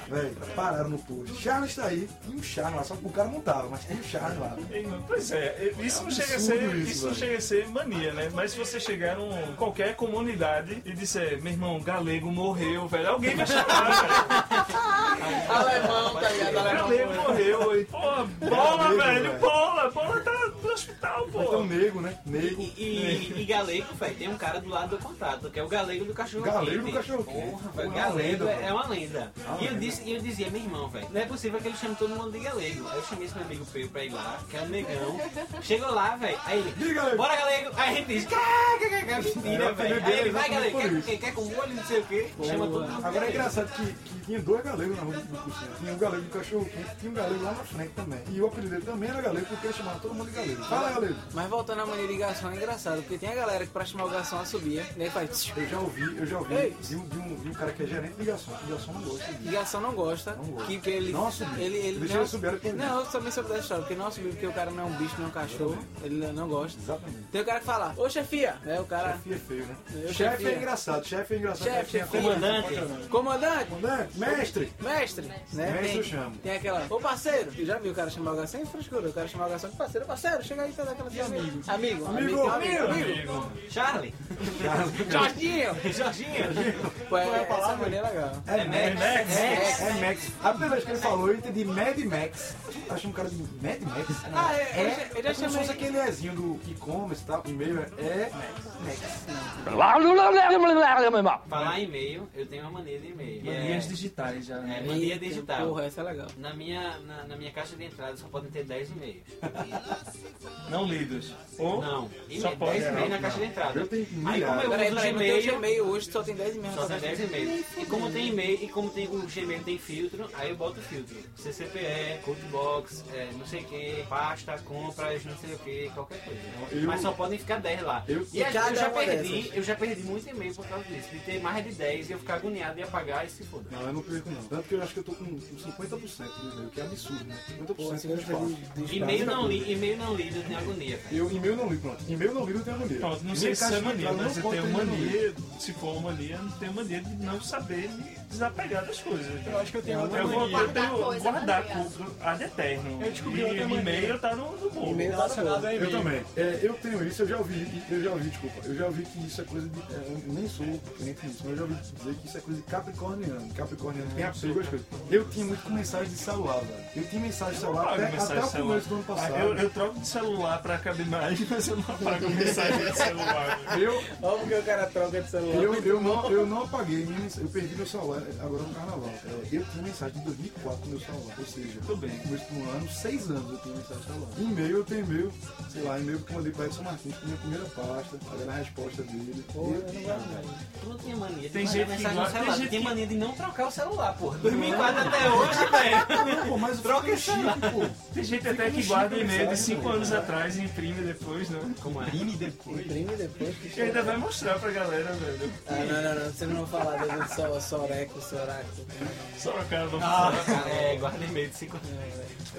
Véi, pararam no posto. Charles tá aí, tinha um Charles lá, só que o cara não tava, mas tinha um Charles lá. Pois é, isso não É chega a absurdo ser, isso, isso não velho. chega a ser mania, né? Mas se você chegar em qualquer comunidade e disser, meu irmão, galego morreu, velho, alguém vai chamar, velho. Alemão, tá ligado? Alemão Galego morreu. morreu, e, pô, bola, Galego, velho, velho. bola, bola tá no hospital, pô. Então, nego, né? Nego. E, e- e galego, velho, tem um cara do lado do contato, que é o galego do cachorro Galego do cachorro quente. Porra, velho, Porra, é uma galego lenda, é, velho. é uma lenda. É uma e eu, lenda. disse, e eu dizia, meu irmão, velho, não é possível que ele chame todo mundo de galego. Aí eu chamei esse meu amigo feio pra ir lá, que é um negão. Chegou lá, velho, aí ele, bora galego. Aí a gente diz, cá, cá, cá, cá, É, mentira, o velho. apelido Aí ele, dele é vai galego, quer exatamente com por quem? Quer com o olho, não sei o quê. Chama todo mundo. Agora é galego. engraçado que, que tinha dois galegos na rua do Cucinha. Tinha um galego do cachorro quente, tinha um galego lá na frente também. E o apelido dele também era galego, porque ele chamava todo mundo de galego. Fala, galego. Mas voltando à mania de garçom, é engraçado, porque tem a galera que pra chamar o garçom subia, né? Ele faz. tch, Eu já ouvi, eu já ouvi Ei. de um, de, um, de um cara que é gerente de garçom, que garçom não gosta né? E disso. garçom não gosta. gosta. Que, que ele, Não assumiu. ele, ele Deixa não, ele subir, é. era por mim. Não, eu também soube dessa história, porque não assumiu, porque o cara não é um bicho, não é um cachorro. Ele não gosta. Exatamente. Tem o cara que fala, ô chefia, né? O cara. Chefe é feio, né? Eu Chefe chefia. é engraçado, chefe é engraçado. Chefe, Chefe é chefia. Comandante, Comandante, mestre. mestre, né? Mestre tem, eu chamo. Tem aquela, ô parceiro, eu já vi o cara chamar o garçom sem frescura, o cara chamar o garçom de parceiro, parceiro, chega aí, tá daquela assim, amigo. Amigo, Amigo. amigo, amigo. amigo. Charlie, Jorginho! Jorginho. Pô, é, Qual é a essa palavra? mania é legal. É Max. É Max. É Max. É Max. A primeira vez que ele falou, eu entendi Mad Max. Eu achei um cara de Mad Max. Ah, é, eu já- eu já é como se chamei- fosse aquele Ezinho do e-commerce e tal. O e-mail é Max. falar em e-mail, eu tenho uma mania de e-mail. que é- Manias digitais já, É, né? mania Eita, digital. Porra, essa é legal. Na minha, na, na minha caixa de entrada só podem ter 10 e-mails. Não lidos. Ou Não, e Só pode- 10 e-mails na não, caixa de não. entrada. né? Eu tenho Aí como milhares. eu Peraí, uso peraí, o no teu Gmail, Gmail hoje só tem 10 e meia só tem rotações. 10 e-mails. E como tem e-mail, e como tem o Gmail tem filtro, aí eu boto filtro. CCPE, codebox, é, não sei o que, pasta, compras, não sei o que, qualquer coisa. Eu- Mas só podem ficar 10 lá. Eu- e às vezes eu Cada já uma perdi, dessas. eu já perdi muito e-mail por causa disso. De ter mais de 10 e eu ficar agoniado e apagar e se foda. Não, eu não perco não. Tanto que eu acho que eu tô com 50% do e-mail, que é absurdo, né? 50% Pô, do cinquenta espaço. vezes de E-mail tá não li, e-mail não lido, eu tenho agonia, cara. Eu e-mail não li, pronto. E-mail não li, eu tenho mania. Pronto, não Minha sei se isso caixa é de mania, entrada mas eu não tenho conta e-mail não li. mania, se for mania, eu tenho mania de não saber me desapegar das coisas. Eu acho que eu tenho outra eu vou mania. guardar, Guardar coisa, guardar mania. tudo ad eterno. Eu descobri E outra mania. E-mail tá no, no bolo. E-mail tá- Relacionado a Eu e-mail. também. É, eu tenho isso, eu já ouvi, eu já ouvi, desculpa, eu já ouvi que isso é coisa de. é, Eu nem sou crente nisso, mas eu já ouvi dizer que isso é coisa de capricorniano. Capricorniano tem apego às coisas. Eu tinha muito com mensagem de celular, velho. Eu tinha mensagem de Eu não celular apago até, mensagem até o de celular. começo do ano passado. Ah, Eu, eu troco de celular pra caber mais, mas eu não apago mensagem de celular. Eu- Olha porque o cara troca de celular. Eu, eu, não, eu não apaguei, minha mensagem. eu perdi meu celular agora no carnaval. É, eu tinha mensagem de 2004 no meu celular, ou seja, Tudo bem. no começo do ano, seis anos eu tinha mensagem de celular. Um E-mail, eu tenho e-mail, sei lá, e-mail que eu mandei pra Edson Martins, com a minha primeira pasta, olhando a resposta dele. E eu tinha, velho. Tu não tinha mania de Tem mandar gente que mensagem gosta, no celular, tem gente tem que- mania de não trocar o celular, porra. 2004 até hoje, velho. Pô, mas eu Troca fiquei esse chique, pô. Tem gente até Fica que no guarda chip e-mail de mensagem, 5 né? anos atrás e imprime depois, né? Como é? Imprime depois que E ainda vai mostrar pra galera, velho. Ah, não, não, não, você não vai falar dele só soreco, soraco. Só o cara não É, guarda e-mail de 5 anos.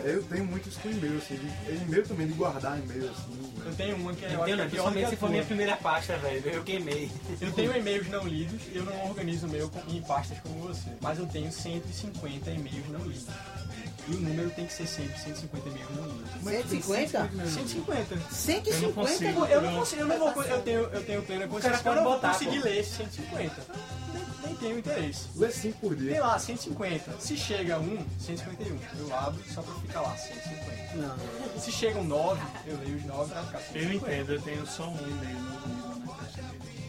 É, eu tenho muito isso com e-mail, assim, de, é e-mail também, de guardar e-mail, assim. né? Eu tenho uma que eu Entendeu? acho que né? é pior do que Principalmente a se for minha tua. primeira pasta, velho. Eu queimei. Eu tenho e-mails não lidos, eu não organizo o meu em pastas como você. Mas eu tenho 150 e-mails não lidos. E o número tem que ser sempre 150 mil no mínimo. 150? 150. 150? Eu não consigo, eu não consigo, eu não vou, eu tenho, eu tenho plena consciência que eu não vou conseguir ler esse 150. Nem, nem tenho interesse. Lê 5 é por dia. Tem lá, 150. Se chega um, 151. Eu abro só pra ficar lá, 150. Não. Se chegam 9, eu leio os 9 pra ficar assim. 150. Eu entendo, eu tenho só um e-mail no livro na caixa de e-mail.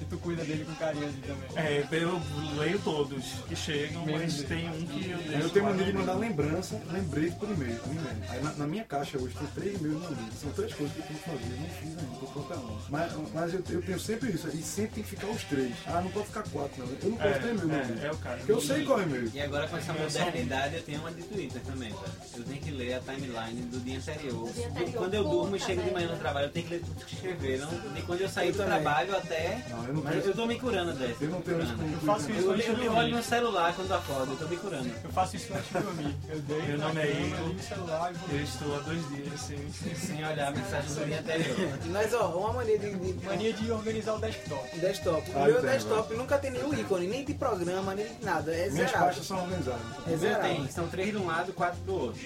E tu cuida dele com carinho ali também. É, eu leio todos que chegam, Mesmo mas jeito. tem um que eu Aí deixo. eu tenho lá mania de no- mandar lembrança, lembrete por e-mail, por e-mail. Aí na, na minha caixa hoje tem três e-mails no livro. São três coisas que eu tenho que fazer, eu não fiz ainda, tô faltando. Mas, mas eu, eu tenho sempre isso, e sempre tem que ficar os três. Ah, não pode ficar quatro, não. Eu não posso É, ter e-mail no é, livro. é o cara. Porque eu sei qual é o e-mail. E agora com essa Eu sou- modernidade eu tenho uma de Twitter também, cara. Eu tenho que ler a timeline do dia anterior. dia anterior, Quando eu durmo e puta chego de manhã merda. no trabalho, eu tenho que ler tudo que escreveram. De quando eu saí Eu do também. trabalho até. Não, eu não Mas tenho- eu tô me curando dessa. Eu não tenho isso curando. como Ah, Eu faço cuidado. isso. Eu Eu, leio eu no olho no celular quando acordo, eu tô me curando. Eu faço isso antes de dormir. Eu deito Meu nome é na cama, Igor. ligo o celular e vou Eu estou há dois dias sem, sem olhar a mensagem do dia anterior. Mas ó, uma mania de, de- Mania de organizar o desktop. Desktop. O Ah, eu meu tenho, desktop nunca tem nenhum ícone, nem de programa, nem de nada. É Minhas zerado. pastas são organizadas. É Eu zerado. tenho, são três de um lado e quatro do outro.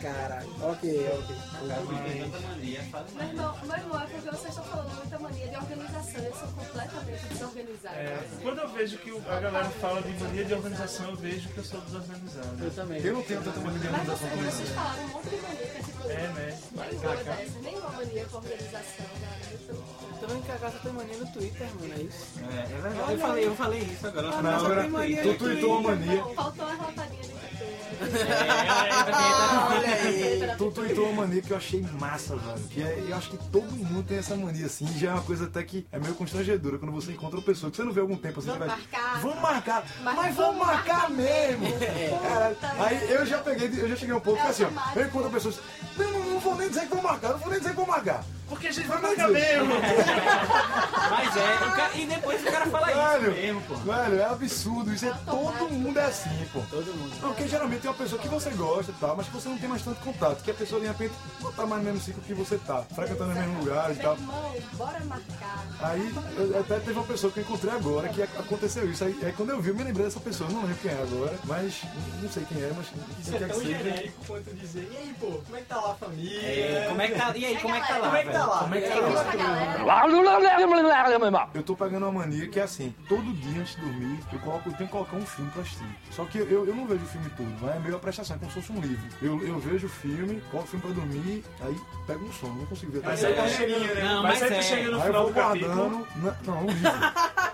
Caralho. Ok, ok. Meu irmão, meu irmão, é porque vocês estão falando muita mania de organização. Eu sou completamente desorganizada. É, quando eu vejo que o- a galera fala de mania de organização, eu vejo que eu sou desorganizado. Eu também. Eu não tenho tanta mania de Mas organização como vocês, vocês isso. falaram um monte de mania, que, tipo, É, né? nenhuma dessa, nenhuma mania com organização, né? Também que a Gata tem mania no Twitter, mano, é isso? É, é verdade. Eu falei, eu falei isso agora. Ah, eu não, falei agora sobre Twitter. tu tweetou uma mania. Faltou a rotadinha de cabelo. É, Olha aí. Tu tweetou uma mania que eu achei massa, velho. Que é, eu acho que todo mundo tem essa mania, assim. e Já é uma coisa até que é meio constrangedora quando você encontra uma pessoa que você não vê há algum tempo assim. Vamos vai, marcar. Vamos marcar. Mas Mas, vamos vamos marcar mesmo. Caralho. Puta né? Aí eu já peguei, eu já cheguei um pouco É que assim, ó. automático. Eu encontro pessoas. Não, não, não vou nem dizer que vou marcar, não vou nem dizer que vou marcar. Porque a gente Mas vai marcar mesmo. Mas é, o ca- e depois o cara fala Velho, isso mesmo, pô. velho, é absurdo. Isso é todo mundo é assim, pô. Todo mundo. Porque geralmente é uma pessoa que você gosta e tal, mas que você não tem mais tanto contato. Que a pessoa de repente não tá mais no mesmo ciclo que você tá, frequentando os mesmos lugares e Meu tal. irmão, bora marcar. Aí eu- até teve uma pessoa que eu encontrei agora que ac- aconteceu isso. Aí, aí quando eu vi, eu me lembrei dessa pessoa. Eu não lembro quem é agora, mas não sei quem é, mas Isso quem é que tão seja. genérico quanto dizer, e aí, pô, como é que tá lá a família? É, como é que tá? E aí, como é que tá lá? Como é que tá lá? velho? Como é que tá Tem que lá? deixar a galera. Eu tô pegando uma mania que é assim, todo dia antes de dormir, eu, coloco, eu tenho que colocar um filme pra assistir. Só que eu, eu não vejo o filme todo, mas é meio a prestação, é como se fosse um livro. Eu, eu vejo o filme, coloco o filme pra dormir, aí pego um sono, não consigo ver. Mas Aí aí eu- tu chega, né? Não, mas mas aí é. tu chega no aí eu final vou do capítulo. guardando. Não, não, um livro.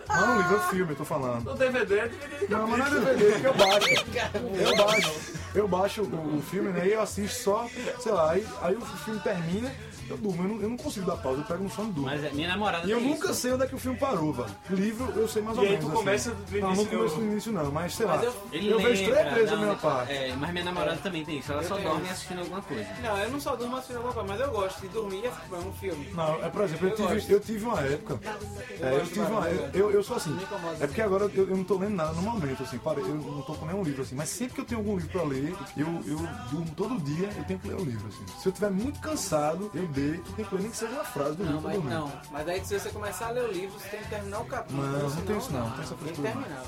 Não, um livro, é um filme, eu tô falando. No DVD, é DVD de Não, mas não é capítulo. DVD, porque eu baixo. Eu baixo. Eu baixo o, o filme, né? E eu assisto só, sei lá, aí, aí o filme termina, eu durmo. Eu não, eu não consigo dar pausa, eu pego um sono e durmo. Mas é, minha namorada E eu tem nunca isso. sei onde é que o filme parou, velho. Livro eu sei mais E ou aí menos. tu começa assim. do Não, não início, começo eu- do início não, mas sei lá. eu- Eu, vejo lembra, três vezes a não, mesma não, parte. É, mas minha namorada também tem isso. Ela só tenho dorme isso. assistindo alguma coisa. Não, eu não só durmo assistindo alguma coisa, mas eu gosto de dormir assistindo um filme. Não, é, por exemplo, eu Eu tive, gosto. eu tive uma época. é, eu gosto tive uma mais, eu, eu eu, eu sou assim. Me incomoda. É porque agora eu, eu não tô lendo nada no momento, assim, para, eu não tô com nenhum livro assim, mas sempre que eu tenho algum livro pra ler, eu, eu durmo todo dia, eu tenho que ler o livro, assim. Se eu tiver muito cansado, eu deito, tenho que ler nem que seja uma frase do Não, livro pra mas dormir. não. Mas aí se você começar a ler o livro, você tem que terminar o capítulo. Não, não senão- tem isso não, não tem essa Tem que frescura não. terminar.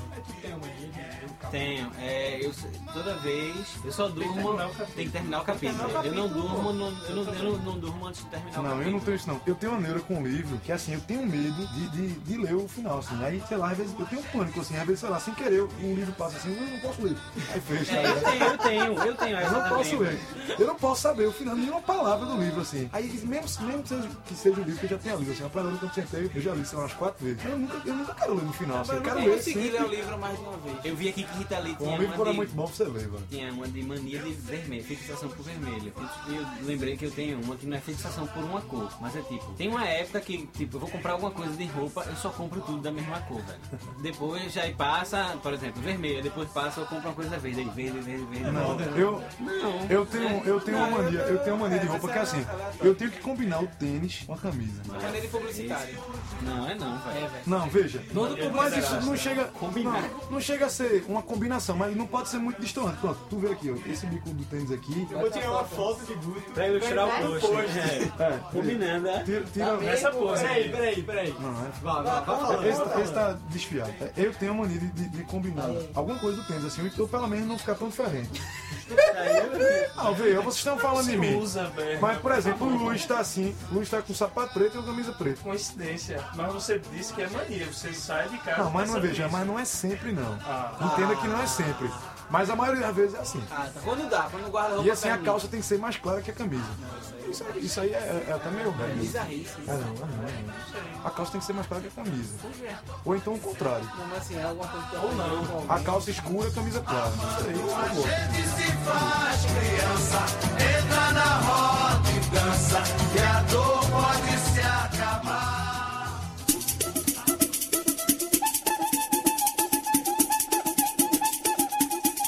Tenho. É, eu se- toda vez. Eu só durmo. Tem que terminar o capítulo. Eu não durmo, não- eu não, eu não- não durmo antes de terminar Não, o eu capítulo. não tenho isso não. Eu tenho uma neura com o livro, que assim, eu tenho medo de, de, de ler o final, assim. Aí, sei lá, às vezes eu tenho um pânico, assim, às vezes, sei lá, sem querer, um livro passa assim, eu não posso ler. Aí fecha. É, eu tenho, eu tenho, eu Eu tenho essa não Tá posso também. ler. Eu não posso saber o final de nenhuma palavra do livro, assim. Aí, mesmo, mesmo que, seja, que seja um livro que eu já tenha lido, assim, uma palavra que eu tentei, eu já li, sei lá, umas quatro vezes. Eu nunca, eu nunca quero ler no final, assim. Eu Eu quero não ler consegui ler o sempre. livro mais de uma vez. Eu vi aqui que Rita Lee tinha Um livro, quando é uma muito de, bom, você lê, velho. tinha uma de mania de vermelho, fixação por vermelho. E eu lembrei que eu tenho uma que não é fixação por uma cor, mas é tipo, tem uma época que, tipo, eu vou comprar alguma coisa de roupa, eu só compro tudo da mesma cor, velho. Depois aí passa, por exemplo, vermelho, depois passa, eu compro uma coisa verde, aí verde, verde, verde. Não, verde. eu, eu tenho, eu tenho uma mania, eu tenho uma mania de roupa que é assim, eu tenho que combinar o tênis com a camisa. É maneira de publicitário. Não, é não, velho. É, velho. Não, veja. Todo assim. mas publicitário. isso não chega. Não, não chega a ser uma combinação, mas não pode ser muito distante. Pronto, tu vê aqui, ó. Esse bico do tênis aqui. Eu vou tirar uma foto de Guto. Pra ilustrar o post. É. É, Combinando, é. tira, Tá tira- Essa né? pose Peraí, aí. peraí, peraí. Não, é. Vá, vá, vá falando. Esse, tá- esse tá desfiado. Eu tenho a mania de, de- de combinar alguma coisa do tênis, assim, ou pelo então menos não ficar tão diferente. Não, veio, vocês estão falando Se de mim. usa, velho. Mas, por exemplo, o Luiz tá assim, o Luiz tá com sapato preto e uma camisa preta. Coincidência. Mas você disse que é mania. Você sai de casa. Não, Ah, mas não pensa veja, nisso. mas não é sempre não. Ah. Entenda que não é sempre. Mas a maioria das vezes é assim. Ah, tá. Quando dá, quando guarda roupa. E assim a calça tem que ser mais clara que a camisa. Isso aí, isso aí é, é até meio velho. bizarrice, isso. Ah, não, ah, não, não. A calça tem que ser mais clara que a camisa. Poxa. Ou então o contrário. Não, mas assim, é alguma coisa que eu Ou não. A calça escura, a camisa clara. Isso é aí, por favor. faz criança, entra na roda e dança, e a dor pode se acabar. Então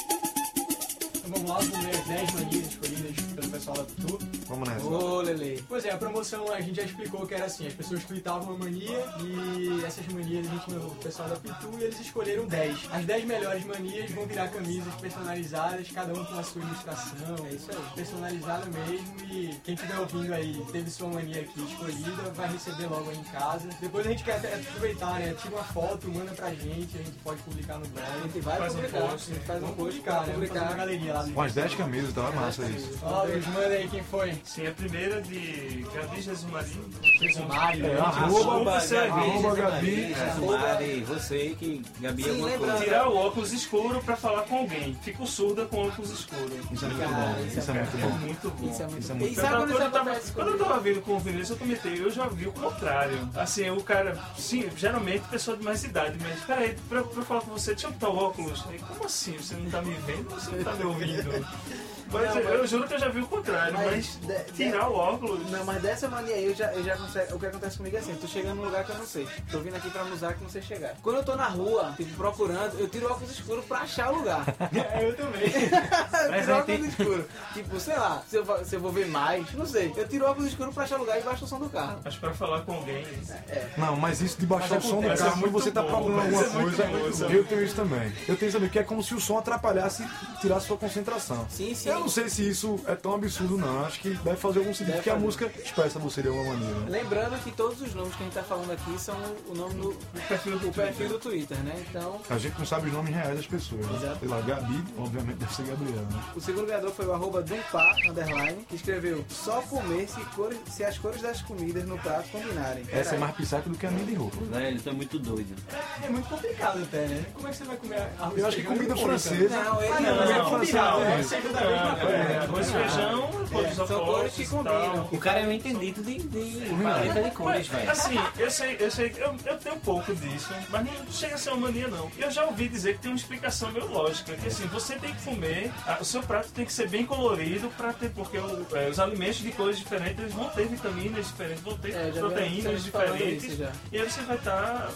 vamos lá, vamos ler as 10 manias escolhidas pelo né, pessoal da Pitu. Vamos nessa. Ô, Lele. Pois é, a promoção a gente já explicou que era assim, as pessoas tweetavam uma mania e essas manias a gente levou pro pessoal da Pitu e eles escolheram 10. As 10 melhores manias vão virar camisas personalizadas, cada um com a sua ilustração, é isso aí, personalizada mesmo e quem estiver ouvindo aí teve sua mania aqui escolhida, vai receber logo aí em casa. Depois a gente quer até aproveitar, né, tira uma foto, manda pra gente, a gente pode publicar no blog. A gente vai faz publicar, um post, a gente faz um post, cara, publicar. vamos fazer uma galeria lá. Com as 10 camisas, então é massa isso. Ó, Luiz, manda aí quem foi. Sim, a primeira de Gabi Jesus Marinho. Jesus Marinho. É, né? Arroba, arroba, arroba, Gabi, Gabi. Mari, você que Gabi é alguma coisa. Tirar o óculos escuro pra falar com alguém. Fico surda com óculos escuro. Isso é muito bom, isso é muito bom. muito bom. Isso é muito Eu bom. tava- quando, eu tava, quando eu tava vindo com o Vinícius, eu comentei, eu já vi o contrário. Assim, o cara, sim, geralmente pessoa de mais idade, mas peraí, pra, pra eu falar com você, deixa eu botar o óculos. Aí, como assim? Você não tá me vendo ou você não tá me ouvindo? Mas, Não, eu, mas- eu juro que eu já vi o contrário, mas, de- tirar de- o óculos. Não, mas dessa mania aí eu já, eu já consigo. O que acontece comigo é assim, eu tô chegando num lugar que eu não sei. Tô vindo aqui pra um lugar que não sei chegar. Quando eu tô na rua, tipo, procurando, eu tiro o óculos escuro pra achar o lugar. É, eu também. eu tiro o óculos escuro. Tipo, sei lá, se eu, vou- se eu vou ver mais, não sei. Eu tiro o óculos escuro pra achar o lugar e baixo o som do carro. Mas pra falar com alguém. É. Não, mas isso de baixar Mas o som do acontece, carro é quando muito você tá bom, procurando mas alguma é muito coisa, bom, isso é eu tenho isso também. Eu tenho isso também, que é como se o som atrapalhasse e tirasse sua concentração. Sim, sim. Eu não sei se isso é tão absurdo, não. Eu Acho que deve fazer algum sentido, porque a música expressa você de alguma maneira. né? Lembrando que todos os nomes que a gente tá falando aqui são o nome do o perfil do, Twitter, né? Então, A gente não sabe os nomes reais das pessoas. Né? Sei lá, Gabi, obviamente, deve ser Gabriela. Né? o segundo ganhador foi o arroba Dumpá, underline, que escreveu só comer se, cores- se as cores das comidas no prato combinarem. Essa é mais pisaca do que a minha de roupa. Velho, tu é muito doido. É muito complicado até, né? Como é que você vai comer arroz Eu acho que comida francesa. é Não, ele Ah, não, comida não, francesa, não, é. seja da mesma coisa. É, Ah, Arroz e feijão, cores Ah, são cores que opostas e tal. combinam. O cara é um entendido de, de paleta de cores, Mas, velho. assim, eu sei, eu sei, eu, eu tenho um pouco disso, mas não chega a ser uma mania, não. Eu já ouvi dizer que tem uma explicação meio lógica, que assim, você tem que comer, ah, o seu prato tem que ser bem colorido pra ter, porque o- eh, os alimentos de cores diferentes, eles vão ter vitaminas diferentes, vão ter É, já vi proteínas você falando isso diferentes, já. e aí você vai estar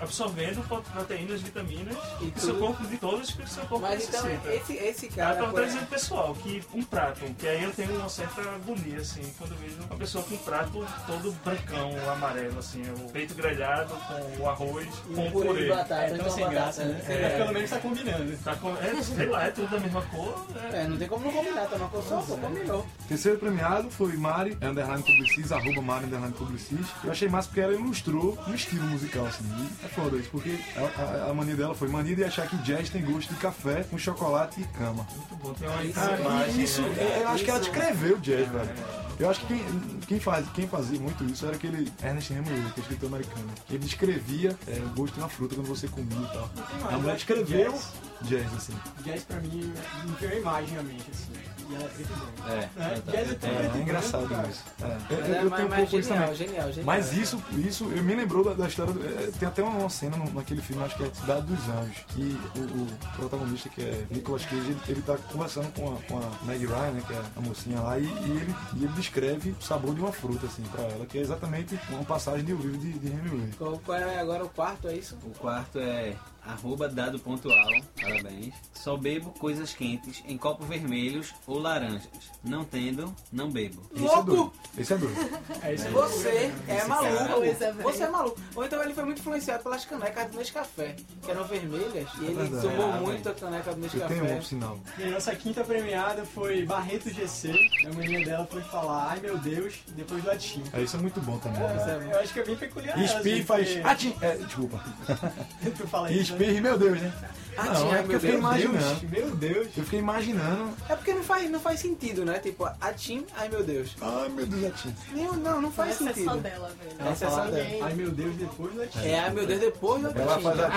absorvendo pro- proteínas, vitaminas, e tudo. seu corpo de todas que o seu corpo Mas então, necessita. esse, esse Ah, cara. eu por- tava dizendo pessoal que um prato, que aí eu tenho uma certa agonia, assim, quando eu vejo uma pessoa com um prato todo brancão, amarelo, assim, o peito grelhado com o arroz, E com um o purê de purê. batata, É, então tão sem graça, né? É, Pelo menos tá combinando. tá com, é, sei lá, é tudo da mesma cor. É. É, não tem como não combinar, tá uma coisa só, pô, combinou. Terceiro premiado foi Mari, underline publicis, arroba Mari, underline publicis. Eu achei massa porque ela ilustrou um estilo musical, assim. E é foda isso, porque a, a- a mania dela foi mania de achar que jazz tem gosto de café com chocolate e cama. Muito bom, tem uma isso, é Ah, imagem. isso, é, né? eu, eu acho que ela Isso. descreveu o jazz, velho. Eu acho que quem, quem, faz, quem fazia muito isso era aquele Ernest Hemingway, que é escritor americano. que Ele descrevia é, o gosto de uma fruta quando você comia e tal. mais, A eu mulher acho que escreveu jazz- jazz, assim. Jazz pra mim não tem uma imagem na mente, assim. E ela é preto e branco. É, Né? Jazz é É, tudo preto e é branco, engraçado cara. isso. É. Mas é- um mas- mas genial, genial, genial. Mas isso, isso eu me lembrou da, da história. do- é, tem até uma, uma cena no- naquele filme, acho que é Cidade dos Anjos, que o, o protagonista, que é Nicolas Cage, ele, ele tá conversando com a, com a Meg Ryan, né, que é a mocinha lá, e, e ele, e ele descreve o sabor de uma fruta, assim, pra ela, que é exatamente uma passagem de um livro de, de Hemingway. Qual, qual é agora o quarto, é isso? O quarto é arroba dado pontual, parabéns. Só bebo coisas quentes em copos vermelhos ou laranjas. Não tendo, não bebo. Esse é doido. Esse é doido. Você é Esse cara- maluco, Coisa, você é maluco. Ou então ele foi muito influenciado pelas canecas do Nescafé, que eram vermelhas, e ele verdade. tomou Ah, muito a caneca do Eu tenho um Nescafé. outro sinal. E a nossa quinta premiada foi Barreto GC. A mania dela foi falar, ai meu Deus, e depois latim. É, isso é muito bom também. né? Eu acho que é bem peculiar. E Espirre faz. assim, Ah, tchim! É, desculpa. porque- Tu fala E isso, né? espirre, meu Deus, né? Ah, não, tinha, é porque meu eu um. fiquei Deus. imaginando. Meu Deus. Eu fiquei imaginando. É porque não faz, não faz sentido, né? Tipo, a Tim, ai meu Deus. Ai meu Deus, a Tim. Não, não, não faz Essa é sentido. só dela, velho. Essa é só dela. Ai meu Deus, depois não é É, ai meu Deus, depois não Ela faz a Ah,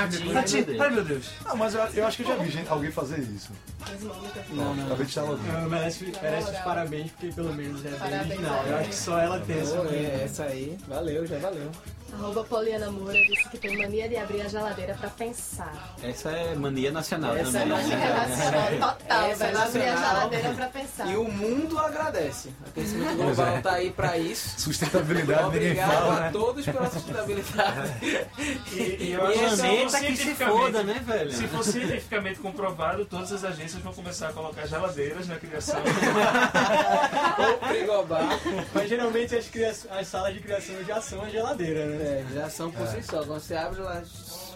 Tim depois- Ai meu Deus. Não, mas eu, eu acho que eu já vi gente- alguém fazer isso. Mas não, nunca fiz. Não, Acabei de estar Não, louco. merece, merece os parabéns, porque pelo menos é bem Parabéns, original. Eu é. acho que só ela tem assim, essa. Pô, é, essa aí. Valeu, já valeu. Arroba Poliana Moura disse que tem mania de abrir a geladeira pra pensar. Essa é mania nacional Essa Isso é também. né? mania nacional total, Essa é velho. Abrir a nacional. geladeira pra pensar. Tá. E o mundo agradece. O aquecimento Pois global é. tá aí pra isso. Sustentabilidade, ninguém Obrigado fala, a né? todos pela sustentabilidade. E, E acho esse é que um se for que se cientificamente- foda, né, velho? Se for cientificamente comprovado, todas as agências vão começar a colocar geladeiras na criação. Frigobar. Mas geralmente as, cria- as salas de criação já são a geladeira, né? É, já são por si só. Quando você abre lá.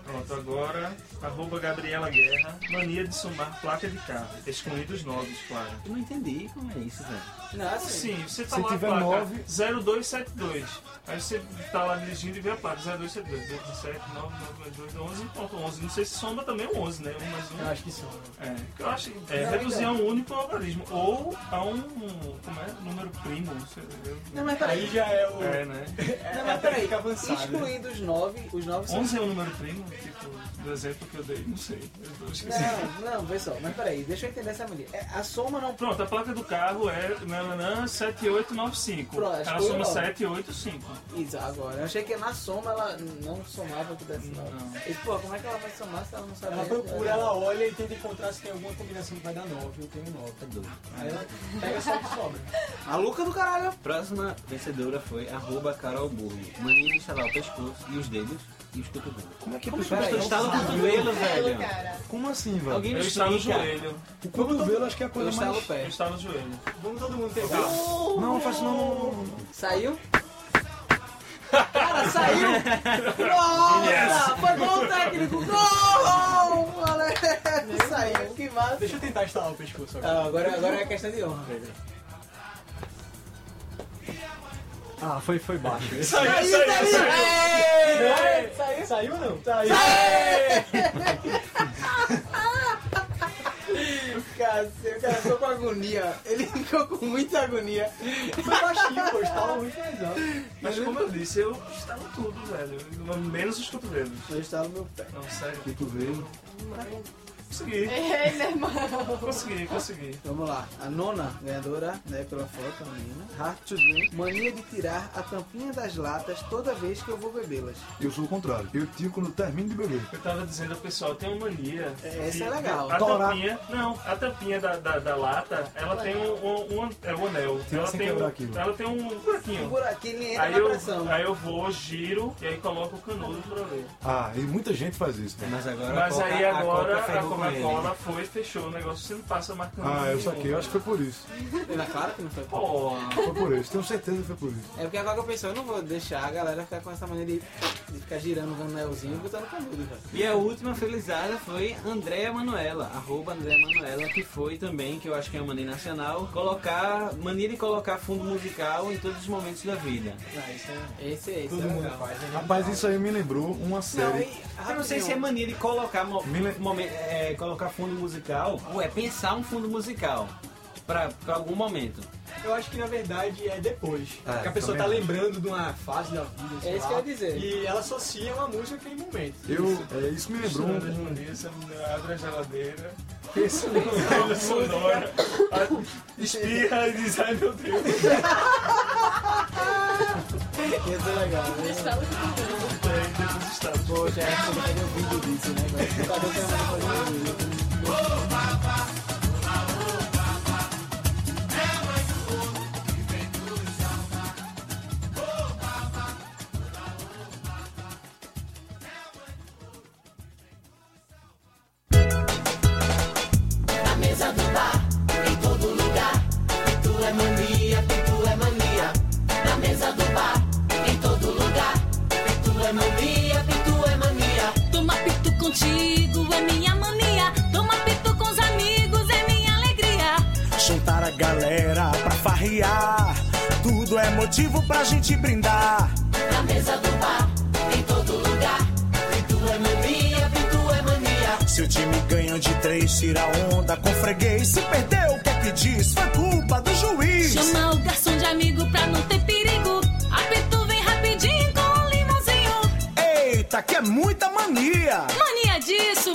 Pronto, agora, arroba Gabriela Guerra, mania de somar placa de carro, excluindo os novos, claro. Eu não entendi como é isso, velho. Não, assim. Sim, você tá Se lá tiver a placa nove- 0272. Aí você tá lá dirigindo e vê a placa 0272, 17, 9, 9, 2, 11, ponto 11. Não sei se soma também o 11, né? Um mais um. Eu acho que são. É, que eu acho que é, reduzir a um único algarismo. Ou a um. Como é? Número primo. não sei, eu- Não, mas peraí. Aí já é o. É, né? Não, mas peraí. Fica avançado, né? Excluindo os nove, os nove são 11 é o número primo, tipo, do exemplo que eu dei, não sei. Eu tô esquecendo. Não, não, pessoal, mas peraí, deixa eu entender essa mania. É, A soma não. Pronto, a placa do carro é nananã, 7895. Pronto, acho Ela que soma foi logo. 785. Isso, agora. Eu achei que na soma ela não somava o que desse nove. Não. E, pô, como é que ela vai somar se ela não sabe? Ela procura, ela olha e tenta encontrar se tem alguma combinação que vai dar 9. Eu tenho 9. Tá Aí ela pega só o que sobra. Maluca do caralho. Próxima vencedora foi arroba Carol Burgo. Mania de instalar o pescoço e os dedos e os cotovelos. É, Como é que a Mas pessoa tu está instala o cotovelo, velho. cara. Como assim, velho? Alguém me Eu estava no explica. joelho. O cotovelo acho que é a Eu coisa estalo mais. o Eu pé. estava no joelho. Vamos todo mundo pegar. Não, faz não, não, não, não. Saiu? Cara, saiu! Nossa! Foi bom técnico! Gol! Moleque, Saiu, que massa! Deixa eu tentar instalar o pescoço agora. Ah, agora, agora é questão de honra. Ah, foi, foi baixo. tá Saiu, saiu, saiu. Saiu? Saiu ou não? Saiu. Cacete, o cara ficou com agonia. Ele ficou com muita agonia. Foi baixinho, pô. Instala muito mais alto. Tá Mas como eu disse, eu estava tudo, velho. Menos os cotovelos. Eu estava no meu pé. Não, sério. Cotovelo. Consegui, É, Ei, né, meu irmão. consegui, consegui. Vamos lá, a nona ganhadora, né, pela foto, a menina. Hard to drink. Mania de tirar a tampinha das latas toda vez que eu vou bebê-las. Eu sou o contrário. Eu tiro quando eu termino de beber. Eu tava dizendo ao pessoal, tem uma mania. É, essa de- é legal. A Torar. tampinha, não, a tampinha da, da, da lata, ela tem um, um, um- é um anel. Tira ela, sem tem quebrar um, aquilo. ela tem um buraquinho. Por aqui né? ele entra Aí na eu, pressão. aí eu vou, giro e aí coloco o canudo pra ver. Ah, e muita gente faz isso, né? Mas agora Mas a Coca, aí a agora Coca a ferrou com ele. Coca-Cola foi, fechou o negócio, você não passa mais canudo. Ah, eu nenhum. saquei. Eu acho que foi por isso. É claro que não foi. Pô, Foi por isso. Tenho certeza que foi por isso. É porque agora que eu pensei, eu não vou deixar a galera ficar com essa mania de, de ficar girando o anelzinho e botando canudo, velho. E a última felizada foi Andréa Manuela, arroba Andréa Manuela, que foi também, que eu acho que é uma mania nacional, colocar, mania de colocar fundo musical em todos os momentos da vida. Esse é esse. Ah, Todo é mundo legal. faz, né? Rapaz, isso aí me lembrou uma Não, série. e, Eu não sei se é mania de colocar, mo- Me le- momen- é, colocar fundo musical, ou é pensar um fundo musical pra, pra algum momento. Eu acho que na verdade é depois. Ah, É, que a pessoa também tá acho. lembrando de uma fase da vida. sei É isso lá, que eu ia dizer. E ela associa uma música àquele momento. Eu, é, isso me lembrou misturando as um, manias, você abre a geladeira, pensa no olho sonora, a- espirra e diz, ai meu Deus. Esse é legal, né? Instala o cotovelo. Aí depois está. Poxa, é que eu fazer um vídeo disso, né? velho? Cadê que eu vou fazer um vídeo? Tomar pitu contigo é minha mania. Tomar pitu com os amigos é minha alegria. Juntar a galera pra farrear. Tudo é motivo pra gente brindar. Na mesa do bar, em todo lugar. Pitu é mania, pitu é mania. Se o time ganha de três, tira onda com freguês. Se perdeu, o que é que diz? Foi culpa do juiz. Chama o garçom de amigo pra não ter perigo. Apito vem rapidinho com um limãozinho. Eita, que é muita mania. Mania é disso,